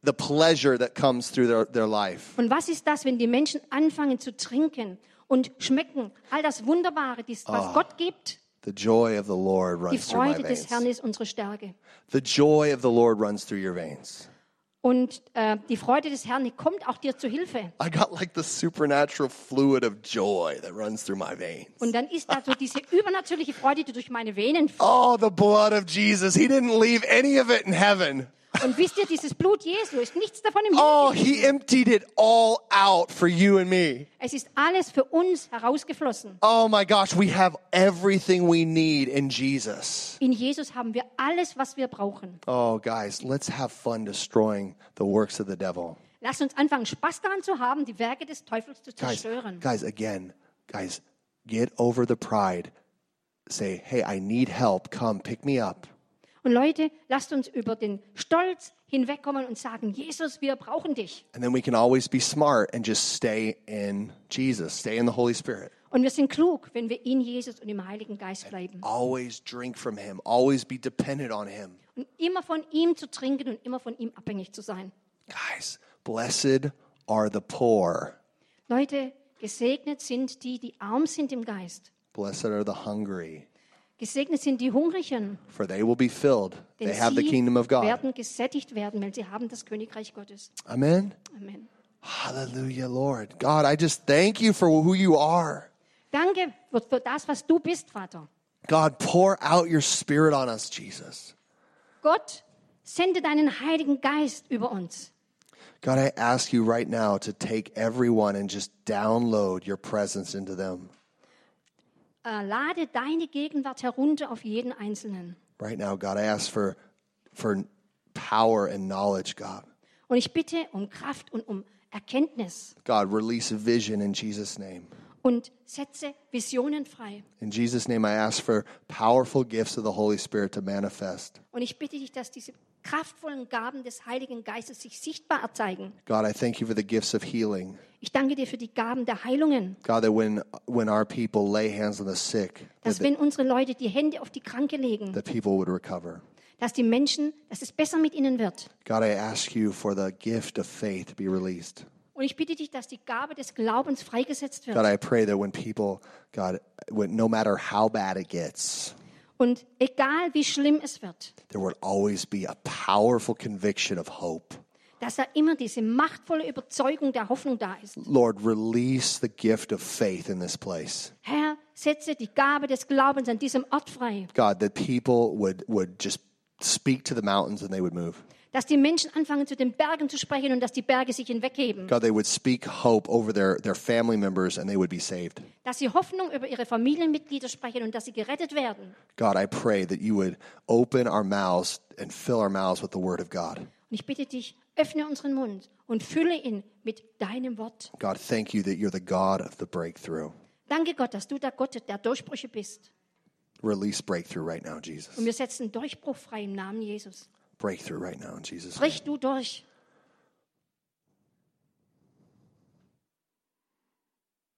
S2: the pleasure that comes through their, their life.
S4: Und was ist das, wenn die Menschen anfangen zu trinken und schmecken all das Wunderbare, dies- was Gott gibt?
S2: The joy of the Lord
S4: Die
S2: runs Ah, through my
S4: Freude des Herrn
S2: veins.
S4: ist unsere Stärke.
S2: The joy of the Lord runs through your veins.
S4: Und äh, die Freude des Herrn die kommt auch dir zu Hilfe.
S2: I got like the supernatural fluid of joy that runs through my veins.
S4: Und dann ist da so diese übernatürliche Freude, die durch meine Venen fließt.
S2: Oh, the blood of Jesus. He didn't leave any of it in heaven.
S4: Und wisst ihr, dieses Blut Jesu ist nichts davon im Himmel.
S2: Oh, he emptied it all out for you and me.
S4: Es ist alles für uns herausgeflossen.
S2: Oh my gosh, we have everything we need in Jesus.
S4: In Jesus haben wir alles, was wir brauchen.
S2: Oh, guys, let's have fun destroying the works of the devil.
S4: Lasst uns anfangen, Spaß daran zu haben, die Werke des Teufels zu
S2: Guys,
S4: zerstören.
S2: guys, again, guys, get over the pride. Say, hey, I need help. Come, pick me up.
S4: Und Leute, lasst uns über den Stolz hinwegkommen und sagen, Jesus, wir brauchen dich.
S2: And then we can always be smart and just stay in Jesus, stay in the Holy Spirit.
S4: Und wir sind klug, wenn wir in Jesus und im Heiligen Geist bleiben.
S2: Always drink from him, always be dependent on him.
S4: Und immer von ihm zu trinken und immer von ihm abhängig zu sein.
S2: Guys, blessed are the poor,
S4: Leute, gesegnet sind die, die arm sind im Geist.
S2: blessed are the hungry,
S4: Gesegnet sind die Hungrigen,
S2: for they will be filled.
S4: denn
S2: They have the
S4: sie
S2: kingdom of God.
S4: werden gesättigt werden, weil sie haben das Königreich Gottes.
S2: Amen.
S4: Amen.
S2: Hallelujah, Lord. God, I just thank you for who you are.
S4: Danke für- für das, was du bist, Vater.
S2: God, pour out your spirit on us, Jesus.
S4: Gott, sende deinen Heiligen Geist über uns.
S2: God, I ask you right now to take everyone and just download your presence into them.
S4: Äh, lade deine Gegenwart herunter auf jeden Einzelnen.
S2: Right now, God, I ask for for power and knowledge, God.
S4: Und ich bitte um Kraft und um Erkenntnis
S2: God, release vision in Jesus' name.
S4: und setze Visionen frei.
S2: In Jesus' name, I ask for powerful gifts of the Holy Spirit to manifest.
S4: Und ich bitte dich, dass diese kraftvollen Gaben des Heiligen Geistes sich sichtbar erzeigen.
S2: God, I thank you for the gifts of healing.
S4: Ich danke dir für die Gaben der Heilungen,
S2: God, that when when our people lay hands on the sick, that
S4: dass
S2: the,
S4: wenn unsere Leute die Hände auf die Kranke legen,
S2: the people would recover.
S4: dass die Menschen, dass es besser mit ihnen wird.
S2: God, I ask you for the gift of faith to be released.
S4: Und ich bitte dich, dass die Gabe des Glaubens freigesetzt
S2: God,
S4: wird.
S2: I pray that when people, God, when, no matter how bad it gets,
S4: Und egal wie schlimm es wird,
S2: there would always be a powerful conviction of hope.
S4: dass da immer diese machtvolle Überzeugung der Hoffnung da ist.
S2: Lord, release the gift of faith in this place.
S4: Herr, setze die Gabe des Glaubens an diesem Ort frei,
S2: God, that people would, would just speak to the mountains and they would move.
S4: dass die Menschen anfangen, zu den Bergen zu sprechen und dass die Berge sich hinwegheben,
S2: God, they would speak hope over their, their family members and they would be saved.
S4: dass sie Hoffnung über ihre Familienmitglieder sprechen und dass sie gerettet werden.
S2: God, I pray that you would open our mouths and fill our mouths with the word of God.
S4: Und ich bitte dich, öffne unseren Mund und fülle ihn mit deinem Wort.
S2: God, thank you that you're the God of the breakthrough.
S4: Danke Gott, dass du der Gott der Durchbrüche bist.
S2: Release breakthrough right now,
S4: Und
S2: Jesus.
S4: wir setzen Durchbruch frei im Namen Jesus.
S2: Breakthrough right now, Jesus.
S4: Brich du durch.